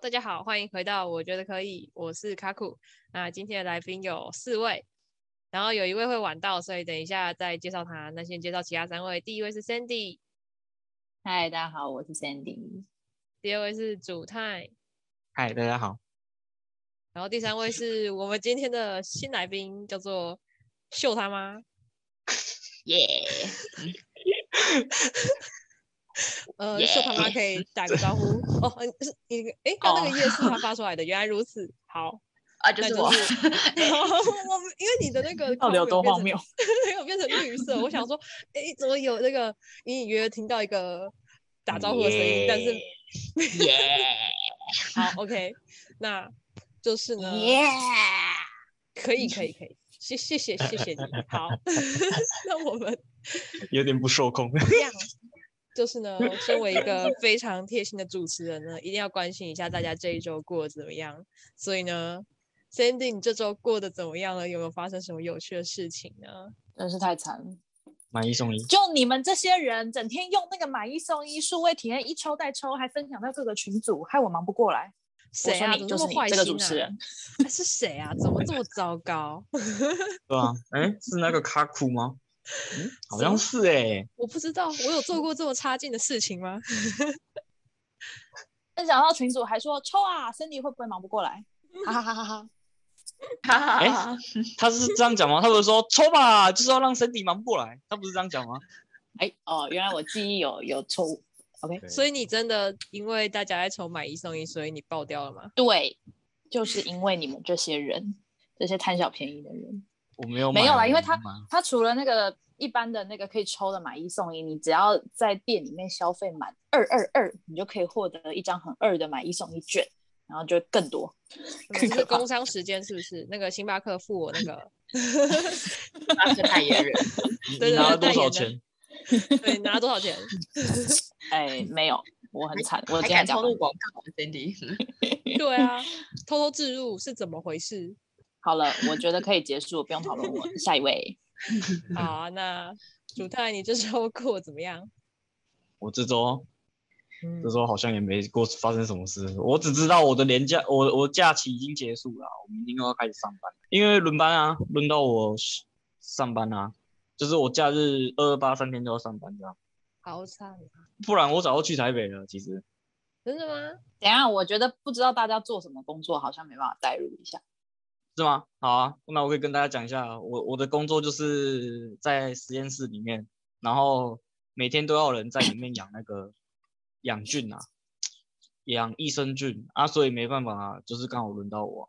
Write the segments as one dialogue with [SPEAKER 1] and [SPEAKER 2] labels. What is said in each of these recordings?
[SPEAKER 1] 大家好，欢迎回到我觉得可以，我是卡库。那今天的来宾有四位，然后有一位会晚到，所以等一下再介绍他。那先介绍其他三位，第一位是 Sandy，
[SPEAKER 2] 嗨，大家好，我是 Sandy。
[SPEAKER 1] 第二位是主泰，
[SPEAKER 3] 嗨，大家好，
[SPEAKER 1] 然后第三位是我们今天的新来宾，叫做秀他妈。
[SPEAKER 2] 耶、
[SPEAKER 1] 呃，秀他妈可以打个招呼哦。呃是你诶，刚那个
[SPEAKER 2] 哦
[SPEAKER 1] 夜是他发出来的，原来如此。好，
[SPEAKER 2] 啊， 就
[SPEAKER 1] 那
[SPEAKER 2] 是
[SPEAKER 1] 就
[SPEAKER 2] 我，
[SPEAKER 1] 是 我们因为你的那个
[SPEAKER 2] 到底有
[SPEAKER 1] 框
[SPEAKER 2] 多
[SPEAKER 1] 变
[SPEAKER 2] 荒
[SPEAKER 1] 成
[SPEAKER 2] 谬？
[SPEAKER 1] 没有变成绿色。我想说，哎、怎么有那个隐隐约约听到一个打招呼的声音？但是
[SPEAKER 2] 耶
[SPEAKER 1] 好，OK，那就是
[SPEAKER 4] 嗯
[SPEAKER 1] 呢
[SPEAKER 2] 耶，
[SPEAKER 1] 可以，可以，可以，谢谢谢谢谢你。好， 那我们
[SPEAKER 3] 有点不受控。
[SPEAKER 1] 一样。就是呢，身为一个非常贴心的主持人呢，一定要关心一下大家这一周过得怎么样。所以呢，Sandy，你这周过得怎么样了？有没有发生什么有趣的事情呢？
[SPEAKER 2] 真是太惨了！
[SPEAKER 3] 买一送一，
[SPEAKER 2] 就你们这些人，整天用那个买一送一数位体验一抽再抽，还分享到各个群组，害我忙不过来。
[SPEAKER 1] 谁啊？怎么
[SPEAKER 2] 我说你
[SPEAKER 1] 那
[SPEAKER 2] 就是
[SPEAKER 1] 么
[SPEAKER 2] 你
[SPEAKER 1] 坏心啊？
[SPEAKER 2] 这个主持人，
[SPEAKER 1] 啊是谁啊？怎么这么糟糕？
[SPEAKER 3] 对啊，哎，是那个卡库吗？嗯，好像是哎，
[SPEAKER 1] 我不知道，我有做过这么差劲的事情吗？
[SPEAKER 2] 分享到群组还说抽啊，Sandy 会不会忙不过来？哈哈哈哈哈！
[SPEAKER 4] 哈哈
[SPEAKER 3] 哎
[SPEAKER 4] 哈哈！
[SPEAKER 3] 他是这样讲吗？他不是说抽吧，就是要让身体忙不过来，他不是这样讲吗？
[SPEAKER 2] 哎哦，原来我记忆有有错误。OK，
[SPEAKER 1] 所以你真的因为大家在筹买一送一，所以你爆掉了吗？
[SPEAKER 2] 对，就是因为你们这些人，这些贪小便宜的人。
[SPEAKER 3] 我没有买，
[SPEAKER 2] 没有啦
[SPEAKER 3] 我
[SPEAKER 2] 因为他
[SPEAKER 3] 没有买
[SPEAKER 2] 它除了那个一般的那个可以抽的买一送一，你只要在店里面消费满二二二，你就可以获得一张很二的买一送一券，然后就更多。
[SPEAKER 1] 你们这
[SPEAKER 2] 更
[SPEAKER 1] 是
[SPEAKER 2] 可怕
[SPEAKER 1] 工商时间是不是？那个星巴克付我那个，
[SPEAKER 4] 他是代言人，
[SPEAKER 3] 你
[SPEAKER 1] 对
[SPEAKER 3] 你
[SPEAKER 1] 对对
[SPEAKER 3] 拿了多
[SPEAKER 1] 代
[SPEAKER 3] 少
[SPEAKER 1] 言的
[SPEAKER 3] 钱？
[SPEAKER 1] 对，拿多少钱？
[SPEAKER 2] 哎，没有，我很惨，我
[SPEAKER 4] 还
[SPEAKER 2] 这样
[SPEAKER 4] 敢
[SPEAKER 2] 讲
[SPEAKER 4] 透
[SPEAKER 2] 吧。
[SPEAKER 4] 露广告，Cindy。
[SPEAKER 1] 对啊，偷偷置入是怎么回事？
[SPEAKER 2] 好了，我觉得可以结束，不用讨论我。下一位，
[SPEAKER 1] 好啊，那主太你这周过得怎么样？
[SPEAKER 3] 我这周
[SPEAKER 1] 嗯
[SPEAKER 3] 这周好像也没过发生什么事，我只知道我的年假，我我假期已经结束了，我明天又要开始上班，因为轮班啊，轮到我上班啊，就是我假日二二八三天都要上班这样，
[SPEAKER 1] 好惨啊，
[SPEAKER 3] 不然我早就去台北了。其实
[SPEAKER 1] 真的吗？
[SPEAKER 2] 等一下我觉得不知道大家做什么工作，好像没办法代入一下。
[SPEAKER 3] 是吗？好啊，那我可以跟大家讲一下，我我的工作就是在实验室里面，然后每天都要有人在里面养那个养菌啊，养益生菌啊，所以没办法啊，就是刚好轮到我啊。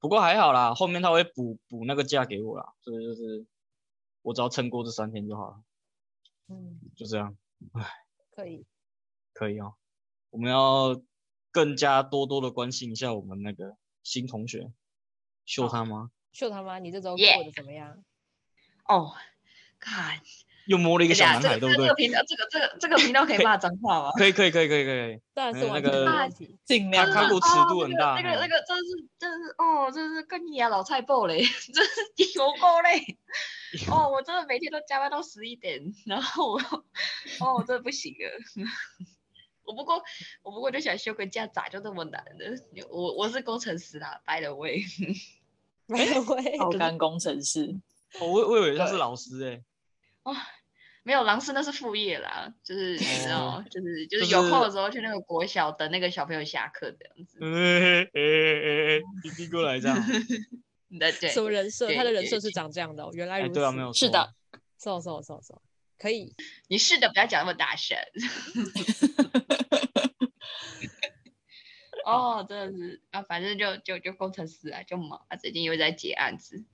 [SPEAKER 3] 不过还好啦，后面他会补补那个假给我啦，所以就是我只要撑过这三天就好了，
[SPEAKER 1] 嗯，
[SPEAKER 3] 就这样
[SPEAKER 1] 可以。
[SPEAKER 3] 可以哦。我们要更加多多的关心一下我们那个新同学，秀他吗？
[SPEAKER 1] 秀他妈，你这周
[SPEAKER 4] Yeah
[SPEAKER 1] 过得怎么样？
[SPEAKER 4] 哦，看，
[SPEAKER 3] 又摸了一
[SPEAKER 4] 这
[SPEAKER 3] 个小男孩，
[SPEAKER 4] 个
[SPEAKER 3] 对不
[SPEAKER 4] 这
[SPEAKER 3] 对
[SPEAKER 4] 个？频道，这个这个这个频道可以骂脏话吗？
[SPEAKER 3] 可以可以可以可以可以，
[SPEAKER 1] 当然
[SPEAKER 3] 还
[SPEAKER 1] 是
[SPEAKER 3] 有
[SPEAKER 1] 完
[SPEAKER 3] 那
[SPEAKER 1] 全没
[SPEAKER 3] 个
[SPEAKER 1] 问 题。
[SPEAKER 2] 尽
[SPEAKER 3] 他看过尺度很大哦
[SPEAKER 4] 那哦个那
[SPEAKER 3] 嘿
[SPEAKER 4] 个，真是真是哦，真是跟你啊老菜爆嘞， 真是有够累。哦，我真的每天都加班到十一点，然后我，哦，我真的不行了。 我不过我不过就想休个假，咋就那么难呢？我我是工程师啦，by the way。
[SPEAKER 1] 喂，
[SPEAKER 2] 爆肝工程师，
[SPEAKER 4] 嗯
[SPEAKER 3] 哦我我以为他是老师哎，
[SPEAKER 4] 没有，狼师那是副业啦，就是你知道，就是就
[SPEAKER 3] 哦就是是
[SPEAKER 4] 有空的时候去那个国小等那个小朋友下课这样子。
[SPEAKER 3] 哎哎哎哎，滴滴过来 这样，
[SPEAKER 4] 那对，
[SPEAKER 1] 什么人设？
[SPEAKER 4] 对
[SPEAKER 1] 他的人
[SPEAKER 4] 对
[SPEAKER 1] 设是长这样的哦，原来
[SPEAKER 3] 哎
[SPEAKER 1] 如此。
[SPEAKER 3] 对啊，没有
[SPEAKER 2] 是
[SPEAKER 3] 错
[SPEAKER 2] 的，
[SPEAKER 1] 瘦瘦瘦瘦，可以。
[SPEAKER 4] 你是的，不要讲那么大声。哦，真的是啊，反正就就就工程师啊，就忙啊，最近又在接案子，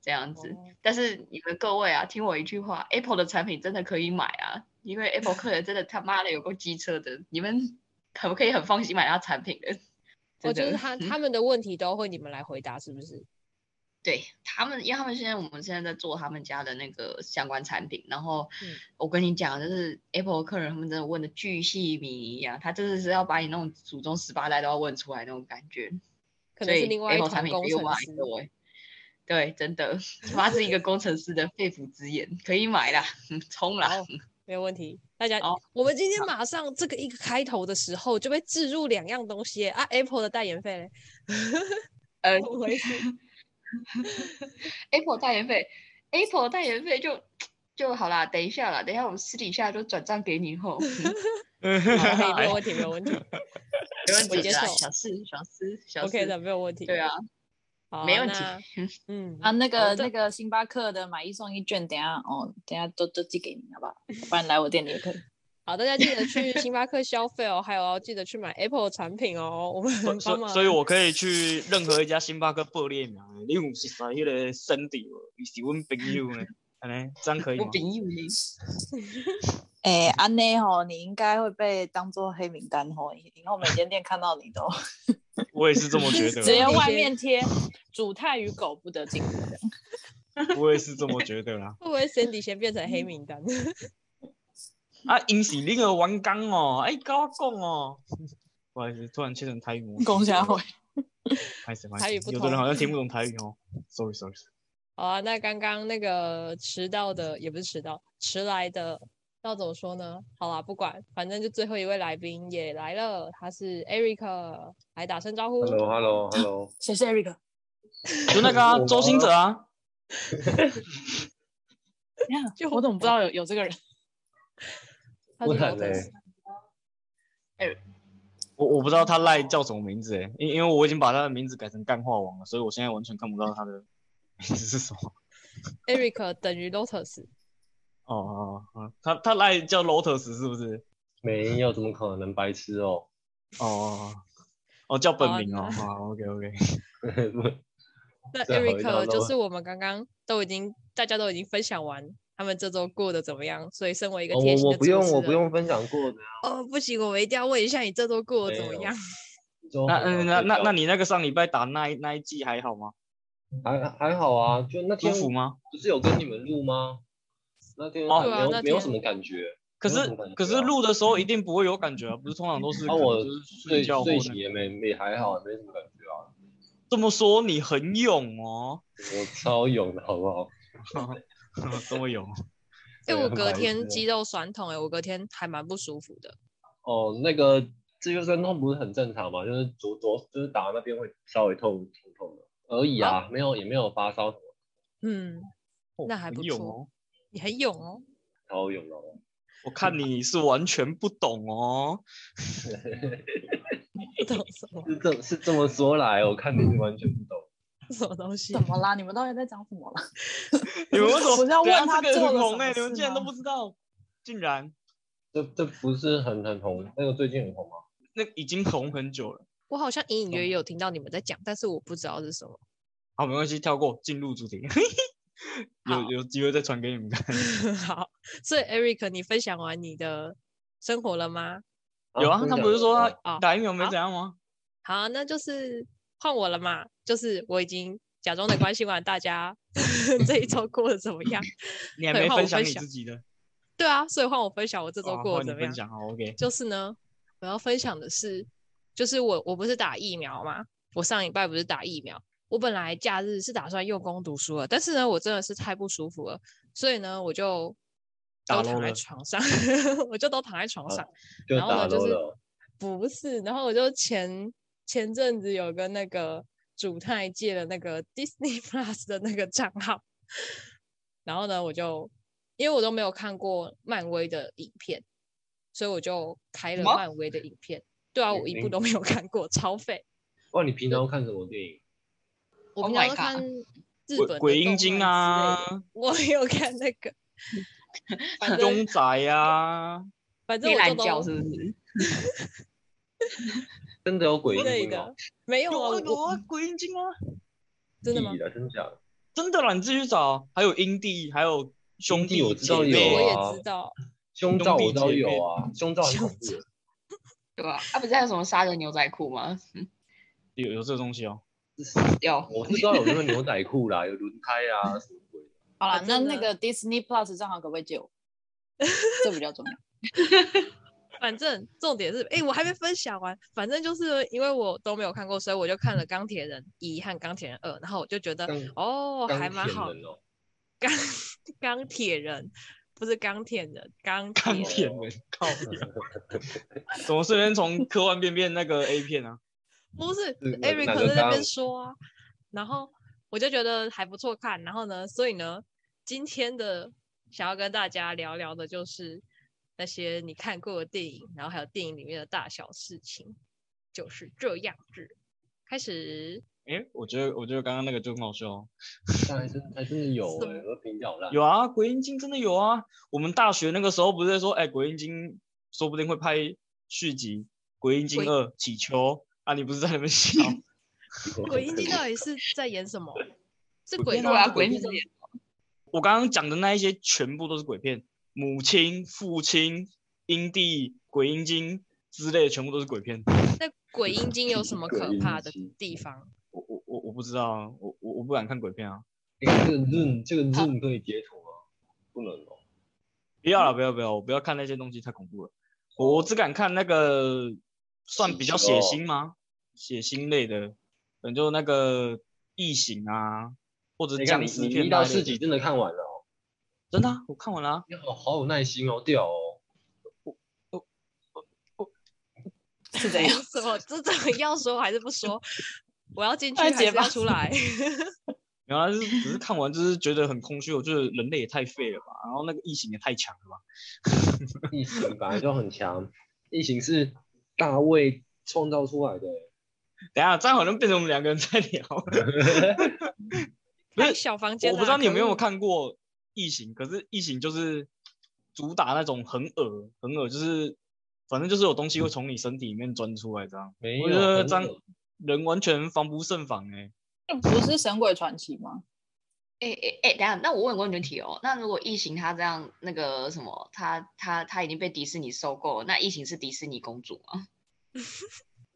[SPEAKER 4] 这样子。
[SPEAKER 3] 哦
[SPEAKER 4] 但是你们各位啊，听我一句话，Apple 的产品真的可以买啊，因为 Apple 客人真的他妈的有够机车的，你们可不可以很放心买他产品的？
[SPEAKER 1] 我觉
[SPEAKER 4] 真
[SPEAKER 1] 得
[SPEAKER 4] 的
[SPEAKER 1] 哦他
[SPEAKER 4] 嗯
[SPEAKER 1] 他们的问题都会你们来回答，是不是？
[SPEAKER 4] 对他们，因为他们现在我们现在在做他们家的那个相关产品，然后
[SPEAKER 1] 嗯
[SPEAKER 4] 我跟你讲，就是 Apple 的客人他们真的问的巨细靡遗啊，他真的是要把你那种祖宗十八代都要问出来那种感觉，
[SPEAKER 1] 可
[SPEAKER 4] 所
[SPEAKER 1] 能是
[SPEAKER 4] 以
[SPEAKER 1] 另外一
[SPEAKER 4] Apple
[SPEAKER 1] 团
[SPEAKER 4] 产品
[SPEAKER 1] 工
[SPEAKER 4] 又
[SPEAKER 1] 程
[SPEAKER 4] 挖
[SPEAKER 1] 师
[SPEAKER 4] 一。个我， 对，真的，他妈是一个工程师的肺腑之言，可以买啦，冲啦
[SPEAKER 1] 好，没有问题。大家
[SPEAKER 4] 哦
[SPEAKER 3] 好，
[SPEAKER 1] 我们今天马上这个一个开头的时候就被置入两样东西耶啊，Apple 的代言费嘞，
[SPEAKER 4] 呃
[SPEAKER 1] 怎么回事？
[SPEAKER 4] ，Apple 代言费，Apple 代言费就就好啦，等一下啦，等一下我私底下就转账给你后，嗯
[SPEAKER 1] 可以，没有
[SPEAKER 3] 哎
[SPEAKER 1] 问题，没有问题
[SPEAKER 4] 没问
[SPEAKER 1] 我
[SPEAKER 4] 题
[SPEAKER 1] 接
[SPEAKER 4] 的啊，
[SPEAKER 1] 受
[SPEAKER 4] 小事小事小事
[SPEAKER 1] ，OK 的，没有问题。
[SPEAKER 4] 对啊，
[SPEAKER 1] 好，
[SPEAKER 4] 没问题
[SPEAKER 1] 那。嗯，
[SPEAKER 2] 啊，那
[SPEAKER 1] 好的
[SPEAKER 2] 个那个星巴克的买一送一券，等一下哦，等一下都都寄给你，好不好？不然来我店里也可以。
[SPEAKER 1] 好，大家记得去星巴克消费哦，还有记得去买 Apple 的产品哦。我们
[SPEAKER 3] 哎所
[SPEAKER 1] 帮
[SPEAKER 3] 所
[SPEAKER 1] 忙，
[SPEAKER 3] 所以，我可以去任何一家星巴克报列名，啊你有是啥迄个身体无？伊是阮朋友呢，安尼这样可以
[SPEAKER 4] 我
[SPEAKER 3] 吗？
[SPEAKER 4] 朋友呢？
[SPEAKER 2] 哎，安内吼，你应该会被当做黑名单吼，以后每间店看到你都
[SPEAKER 3] 我也是这么觉
[SPEAKER 2] 直
[SPEAKER 3] 得
[SPEAKER 2] 接
[SPEAKER 3] 啦，
[SPEAKER 2] 外面贴“煮泰与狗不得 进入”这样。
[SPEAKER 3] 我也是这么觉得啦。
[SPEAKER 1] 会不会 Sandy 先变成黑名单？
[SPEAKER 3] 啊，因是恁个员工哦，哎，跟我讲哦。不好意思，突然切成台语模式。
[SPEAKER 2] 龚家
[SPEAKER 3] 不
[SPEAKER 2] 辉
[SPEAKER 3] 好，意思，不好意思
[SPEAKER 1] 台语不
[SPEAKER 3] 有的人
[SPEAKER 1] 通
[SPEAKER 3] 好像听不懂台语哦。Sorry, sorry.
[SPEAKER 1] 好啊，那刚刚那个迟到的也不是迟到，迟来的要怎么说呢？好啦，不管，反正就最后一位来宾也来了，他是 Eric，来打声招呼。
[SPEAKER 5] Hello，Hello，Hello，
[SPEAKER 2] 谁是 Eric？
[SPEAKER 3] 就那个啊
[SPEAKER 5] 我，
[SPEAKER 3] 周星哲啊，
[SPEAKER 2] 你 看
[SPEAKER 1] 就
[SPEAKER 2] 我怎么不知道有有这个人？
[SPEAKER 1] 他是
[SPEAKER 5] 不然
[SPEAKER 1] 摩托斯
[SPEAKER 5] 嘞
[SPEAKER 3] 我我不知道他赖叫什么名字欸诶，因因为我已经把他的名字改成干话王了，所以我现在完全看不到他的名字是什么。
[SPEAKER 1] Eric 等于 Lotus，
[SPEAKER 3] 哦哦哦哦，他他来叫 Lotus 是不是？
[SPEAKER 5] 没有，怎么可能白痴 哦？
[SPEAKER 3] 哦哦哦，哦叫
[SPEAKER 1] 好啊
[SPEAKER 3] 本名哦。好、o k OK，
[SPEAKER 5] 哦
[SPEAKER 1] 那
[SPEAKER 5] 再好一道
[SPEAKER 1] Eric 就
[SPEAKER 5] 喽
[SPEAKER 1] 是我们刚刚都已经大家都已经分享完他们这周过得怎么样，所以身为一个
[SPEAKER 5] 哦
[SPEAKER 1] 贴
[SPEAKER 5] 我
[SPEAKER 1] 心
[SPEAKER 5] 我
[SPEAKER 1] 的主
[SPEAKER 5] 不
[SPEAKER 1] 持
[SPEAKER 5] 用
[SPEAKER 1] 人，
[SPEAKER 5] 我不用分享过的啊，
[SPEAKER 1] 哦，不行，我们一定要问一下你这周过得怎么
[SPEAKER 5] 没有
[SPEAKER 1] 样？哦
[SPEAKER 5] 就
[SPEAKER 3] 那
[SPEAKER 5] 很
[SPEAKER 3] 嗯那
[SPEAKER 5] 好
[SPEAKER 3] 那
[SPEAKER 5] 睡
[SPEAKER 3] 那你那个上礼拜打那一那一季还好吗？
[SPEAKER 5] 觉还还好啊，就那
[SPEAKER 3] 舒
[SPEAKER 5] 天
[SPEAKER 3] 服吗？
[SPEAKER 5] 不是有跟你们录吗？那天
[SPEAKER 3] 哦
[SPEAKER 5] 没
[SPEAKER 1] 对啊
[SPEAKER 5] 有
[SPEAKER 1] 那
[SPEAKER 5] 没有
[SPEAKER 1] 天
[SPEAKER 5] 什么感觉，
[SPEAKER 3] 可
[SPEAKER 5] 没有
[SPEAKER 3] 是
[SPEAKER 5] 什么感
[SPEAKER 3] 可
[SPEAKER 5] 觉
[SPEAKER 3] 是
[SPEAKER 5] 啊
[SPEAKER 3] 录的时候一定不会有感觉啊，不是通常都是
[SPEAKER 5] 啊
[SPEAKER 3] 可能
[SPEAKER 5] 我
[SPEAKER 3] 就是睡
[SPEAKER 5] 睡
[SPEAKER 3] 觉或
[SPEAKER 5] 睡
[SPEAKER 3] 那
[SPEAKER 5] 醒也没没还好，没什么感觉啊。
[SPEAKER 3] 这么说你很勇 哦，
[SPEAKER 5] 我超勇的好不好？
[SPEAKER 3] 这么勇
[SPEAKER 1] 因为我
[SPEAKER 5] 对很
[SPEAKER 1] 隔
[SPEAKER 5] 白痴
[SPEAKER 1] 天
[SPEAKER 5] 啊
[SPEAKER 1] 肌肉酸痛、欸，我隔天还蛮不舒服的。
[SPEAKER 5] 哦，那个自由酸痛不是很正常嘛，就是左左就是打那边会稍微痛痛痛的而已啊，没有也没有发烧什么，
[SPEAKER 1] 嗯，
[SPEAKER 3] 哦，
[SPEAKER 1] 那还
[SPEAKER 3] 很
[SPEAKER 1] 不
[SPEAKER 3] 勇
[SPEAKER 1] 错
[SPEAKER 3] 哦。
[SPEAKER 1] 你很勇哦。
[SPEAKER 5] 超勇的哦。
[SPEAKER 3] 我看你是完全不懂哦，
[SPEAKER 1] 不懂什么
[SPEAKER 5] 是这是这么说来，我看你是完全不懂。
[SPEAKER 1] 什么东西
[SPEAKER 2] 怎，么啦？你们到底在讲什么啦？
[SPEAKER 3] 你们为什么？
[SPEAKER 2] 我是要
[SPEAKER 3] 对啊
[SPEAKER 2] 问他
[SPEAKER 3] 这个
[SPEAKER 2] 做
[SPEAKER 3] 很
[SPEAKER 2] 了
[SPEAKER 3] 红
[SPEAKER 2] 什么
[SPEAKER 3] 哎，你们
[SPEAKER 2] 事
[SPEAKER 3] 竟然都
[SPEAKER 2] 吗
[SPEAKER 3] 不知道，竟然
[SPEAKER 5] 这这不是很很红，那个最近很红吗？
[SPEAKER 3] 那已经红很久了。
[SPEAKER 1] 我好像隐隐约约有听到你们在讲，但是我不知道是什么。
[SPEAKER 3] 好，没关系，跳过，进入主题。
[SPEAKER 1] 好
[SPEAKER 3] 有有机会再传给你们看。
[SPEAKER 1] 好，所以 Eric，你分享完你的生活了吗？
[SPEAKER 3] 有 啊，他不是说
[SPEAKER 1] 哦
[SPEAKER 3] 他打疫苗没
[SPEAKER 1] 好
[SPEAKER 3] 怎样吗？
[SPEAKER 1] 好，啊那就是换我了嘛，就是我已经假装的关心完大家 这一周过得怎么样。
[SPEAKER 3] 你还
[SPEAKER 1] 对
[SPEAKER 3] 没
[SPEAKER 1] 换我
[SPEAKER 3] 分享
[SPEAKER 1] 分
[SPEAKER 3] 你
[SPEAKER 1] 享
[SPEAKER 3] 自己的，
[SPEAKER 1] 对啊，所以换我分享我这周
[SPEAKER 3] 哦
[SPEAKER 1] 过
[SPEAKER 3] 换
[SPEAKER 1] 得怎
[SPEAKER 3] 你
[SPEAKER 1] 么样
[SPEAKER 3] 分。享好，OK。
[SPEAKER 1] 就是呢，我要分享的是，就是我我不是打疫苗嘛，我上礼拜不是打疫苗，我本来假日是打算用功读书了，但是呢，我真的是太不舒服了，所以呢，我就
[SPEAKER 3] 打
[SPEAKER 1] 都
[SPEAKER 3] 漏
[SPEAKER 1] 躺在
[SPEAKER 3] 了哦
[SPEAKER 1] 床上， 我就都躺在床
[SPEAKER 5] 啊
[SPEAKER 1] 上，
[SPEAKER 5] 就
[SPEAKER 1] 然后
[SPEAKER 5] 打
[SPEAKER 1] 呢，就
[SPEAKER 5] 漏
[SPEAKER 1] 是
[SPEAKER 5] 了，
[SPEAKER 1] 不是，然后我就前前阵子有跟那个主太借了那个 Disney Plus 的那个账号，然后呢，我就因为我都没有看过漫威的影片，所以我就开了
[SPEAKER 4] 么
[SPEAKER 1] 漫威的影片。对啊，
[SPEAKER 5] 你
[SPEAKER 1] 我一
[SPEAKER 5] 你
[SPEAKER 1] 部都没有看过，超废。
[SPEAKER 5] 哇，你平常看什么电影？
[SPEAKER 1] 我
[SPEAKER 4] Oh
[SPEAKER 1] 平常都
[SPEAKER 4] my god
[SPEAKER 1] 看日本
[SPEAKER 3] 鬼
[SPEAKER 1] 的
[SPEAKER 3] 鬼
[SPEAKER 1] 动
[SPEAKER 3] 阴精
[SPEAKER 1] 漫
[SPEAKER 3] 啊
[SPEAKER 1] 之类的，，我没有看那个。反正
[SPEAKER 3] 公仔 啊，
[SPEAKER 1] 反正我
[SPEAKER 4] 黑
[SPEAKER 1] 就
[SPEAKER 4] 蓝
[SPEAKER 1] 都
[SPEAKER 4] 教是不是？
[SPEAKER 5] 真的有鬼
[SPEAKER 1] 之类
[SPEAKER 5] 影
[SPEAKER 1] 的
[SPEAKER 5] 哦？，
[SPEAKER 1] 没有
[SPEAKER 3] 有
[SPEAKER 1] 啊
[SPEAKER 3] 啊，有
[SPEAKER 1] 我
[SPEAKER 3] 啊，鬼阴精啊，
[SPEAKER 1] 真的吗
[SPEAKER 5] 屁？啦真假的？
[SPEAKER 3] 真的啦，你自己去找。还有阴蒂，还有兄弟
[SPEAKER 5] 帝我知道
[SPEAKER 3] 姐
[SPEAKER 5] 有
[SPEAKER 1] 我
[SPEAKER 3] 妹
[SPEAKER 5] 啊
[SPEAKER 1] 也知道，
[SPEAKER 5] 胸罩我知道
[SPEAKER 3] 兄弟姐妹
[SPEAKER 5] 有啊，胸罩很恐怖的，
[SPEAKER 4] 对吧？啊，不是还有什么杀人牛仔裤吗？嗯
[SPEAKER 3] 有有这个东西哦。
[SPEAKER 4] 有，
[SPEAKER 5] 我是知道有那个牛仔裤啦，有轮胎啊什么鬼的。
[SPEAKER 2] 好
[SPEAKER 1] 啊
[SPEAKER 2] 了，那
[SPEAKER 1] 真
[SPEAKER 2] 那
[SPEAKER 1] 的
[SPEAKER 2] 个 Disney Plus 账号可不可以借 我？这比较重要。
[SPEAKER 1] 反正重点是，哎、我还没分享完。反正就是因为我都没有看过，所以我就看了《钢铁人一》和《钢铁人二》，然后我就觉得
[SPEAKER 5] 钢
[SPEAKER 1] 哦，还
[SPEAKER 5] 钢
[SPEAKER 1] 蛮
[SPEAKER 5] 铁
[SPEAKER 1] 好。
[SPEAKER 5] 人哦，
[SPEAKER 1] 钢钢铁人，不是钢铁人，钢铁
[SPEAKER 3] 钢
[SPEAKER 1] 人
[SPEAKER 3] 铁人， 靠呀！怎么瞬间从科幻变变那个 A 片啊？
[SPEAKER 1] 不是
[SPEAKER 5] 是哪个
[SPEAKER 1] Eric
[SPEAKER 5] 哪个
[SPEAKER 1] 在那边
[SPEAKER 5] 钢
[SPEAKER 1] 说啊，然后我就觉得还不错看，然后呢，所以呢，今天的想要跟大家聊聊的就是那些你看过的电影，然后还有电影里面的大小事情，就是这样子。开始，
[SPEAKER 3] 诶、我觉得我觉得刚刚那个就很好笑哦、
[SPEAKER 5] 但还真还真的有
[SPEAKER 1] 什
[SPEAKER 5] 哎、
[SPEAKER 1] 么
[SPEAKER 5] 我评价好烂。
[SPEAKER 3] 有啊，鬼阴经真的有啊。我们大学那个时候不是在说，哎、鬼阴经说不定会拍续集《鬼阴经
[SPEAKER 1] 鬼
[SPEAKER 3] 二》，祈求啊，你不是在那边笑？
[SPEAKER 1] 鬼印记 到底是在演什么？是鬼
[SPEAKER 4] 对
[SPEAKER 1] 吗
[SPEAKER 4] 啊，鬼灭之刃
[SPEAKER 3] 我刚刚讲的那一些全部都是鬼片，母亲、父亲、阴帝、鬼阴经之类的，全部都是鬼片。
[SPEAKER 1] 那鬼阴经有什么可怕的
[SPEAKER 5] 鬼阴经
[SPEAKER 1] 地方？
[SPEAKER 3] 我我我我不知道啊，我我我不敢看鬼片啊！
[SPEAKER 5] 欸这个 Zoom 这个 Zoom 可以截图吗？不能哦。
[SPEAKER 3] 不要
[SPEAKER 5] 嗯
[SPEAKER 3] 了，不要不要，我不要看那些东西，太恐怖了。我我只敢看那个算比较
[SPEAKER 5] 喜
[SPEAKER 3] 血
[SPEAKER 5] 剧哦
[SPEAKER 3] 腥吗？血腥类的，可能就那个异形啊，或者
[SPEAKER 5] 你看
[SPEAKER 3] 僵
[SPEAKER 5] 你
[SPEAKER 3] 尸
[SPEAKER 5] 哎你
[SPEAKER 3] 片
[SPEAKER 5] 一
[SPEAKER 3] 那
[SPEAKER 5] 到
[SPEAKER 3] 一类
[SPEAKER 5] 四集
[SPEAKER 3] 的。
[SPEAKER 5] 真的看完了哦，
[SPEAKER 3] 真的啊、我看完了啊、
[SPEAKER 5] 你好好有耐心哦，屌哦。
[SPEAKER 2] 是怎 样？
[SPEAKER 1] 什么？这怎么要说还是不说？我要进去
[SPEAKER 2] 快
[SPEAKER 1] 还是
[SPEAKER 2] 解吧
[SPEAKER 1] 要出来？
[SPEAKER 3] 原来是只是看完就是觉得很空虚，我觉得人类也太废了吧，然后那个异形也太强了吧。
[SPEAKER 5] 异形本来就很强，异形是大卫创造出来的欸。
[SPEAKER 3] 等一下，这样好像变成我们两个人在聊。不
[SPEAKER 1] 开
[SPEAKER 3] 是，
[SPEAKER 1] 小房
[SPEAKER 5] 啊
[SPEAKER 1] 间啦，啊
[SPEAKER 3] 我不知道你有没
[SPEAKER 1] 可
[SPEAKER 3] 有
[SPEAKER 1] 恶
[SPEAKER 3] 看过《异形》，可是《异形》就是主打那种很恶，很恶，就是反正就是有东西会从你身体里面钻出来这样。
[SPEAKER 5] 没
[SPEAKER 3] 我
[SPEAKER 5] 有
[SPEAKER 3] 觉得
[SPEAKER 5] 很
[SPEAKER 3] 这样
[SPEAKER 5] 恶
[SPEAKER 3] 人完全防不胜防哎、
[SPEAKER 2] 那不是《神鬼传奇》吗？
[SPEAKER 4] 哎哎哎，等一下，那我问个问题哦。那如果异形它这样那个什么，它它它已经被迪士尼收购了，那异形是迪士尼公主吗？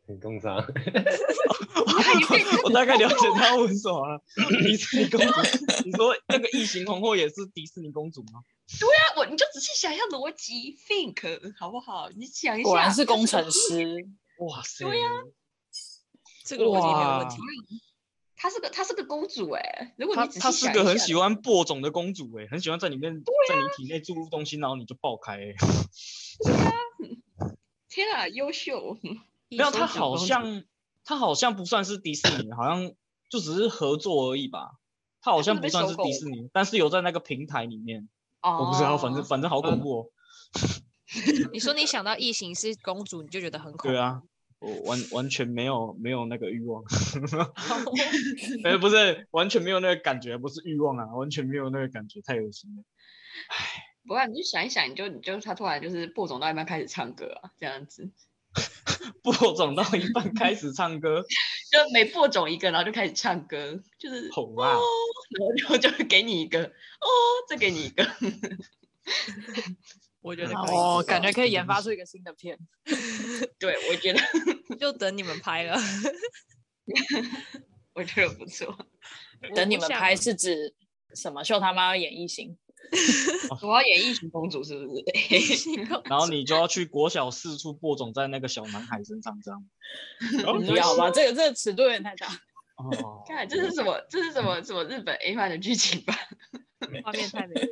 [SPEAKER 5] 很工伤。
[SPEAKER 4] 它已经变成
[SPEAKER 3] 我大概了解他问什么了。迪士尼公主，你说那个异形皇后也是迪士尼公主吗？
[SPEAKER 4] 那啊我你就仔细想一下逻辑，think 好不好？你想一下，
[SPEAKER 2] 果然是工程师。
[SPEAKER 3] 哇塞！
[SPEAKER 4] 对啊
[SPEAKER 1] 这个逻辑没有问题。
[SPEAKER 4] 她是个她是个公主哎、如果
[SPEAKER 3] 她
[SPEAKER 4] 你仔细
[SPEAKER 3] 她
[SPEAKER 4] 想
[SPEAKER 3] 是
[SPEAKER 4] 一
[SPEAKER 3] 个很
[SPEAKER 4] 下啊
[SPEAKER 3] 喜欢播种的公主哎、很喜欢在里面、在你体内注入东西，然后你就爆开哎、
[SPEAKER 4] 天啊，优秀！
[SPEAKER 1] 没
[SPEAKER 3] 没有，他好像他好像不算是迪士尼，好像就只是合作而已吧。他好
[SPEAKER 4] 它
[SPEAKER 3] 像
[SPEAKER 4] 是
[SPEAKER 3] 不
[SPEAKER 4] 被
[SPEAKER 3] 算
[SPEAKER 4] 收
[SPEAKER 3] 是
[SPEAKER 4] 购
[SPEAKER 3] 迪
[SPEAKER 4] 的
[SPEAKER 3] 士尼，但是有在那个平台里面，
[SPEAKER 4] 哦，
[SPEAKER 3] 我不知道，反正反正好恐怖哦。
[SPEAKER 1] 你说你想到异形是公主，你就觉得很恐怖。
[SPEAKER 3] 对啊，我完完全没有没有那个欲望，哎、 不是完全没有那个感觉，不是欲望啊，完全没有那个感觉，太恶心了。
[SPEAKER 4] 不然你就想一想，你就你就她突然就是播种到一半开始唱歌啊，这样子，
[SPEAKER 3] 播种到一半开始唱歌，
[SPEAKER 4] 就每播种一个，然后就开始唱歌，就是
[SPEAKER 3] 好
[SPEAKER 4] 哦，
[SPEAKER 3] 啊
[SPEAKER 4] 然后就 就给你一个哦，再给你一个。
[SPEAKER 1] 我觉得可以，
[SPEAKER 2] 哦，感觉可以研发出一个新的片。
[SPEAKER 4] 对，我觉得
[SPEAKER 1] 就等你们拍了。
[SPEAKER 4] 我觉得不错。
[SPEAKER 2] 等你们
[SPEAKER 1] 我
[SPEAKER 2] 拍
[SPEAKER 1] 想
[SPEAKER 2] 是指什么？秀他妈要演异形？
[SPEAKER 4] 我要演异形公主是不是？
[SPEAKER 1] 异形公
[SPEAKER 3] 然后你就要去国小四处播种在那个小男孩身上，这样。
[SPEAKER 2] 不要吧，这个这个尺度有点太大。
[SPEAKER 3] 哦，
[SPEAKER 4] 看这是什么？这是什么？什么日本 A 漫的剧情吧？
[SPEAKER 1] 画面太美了。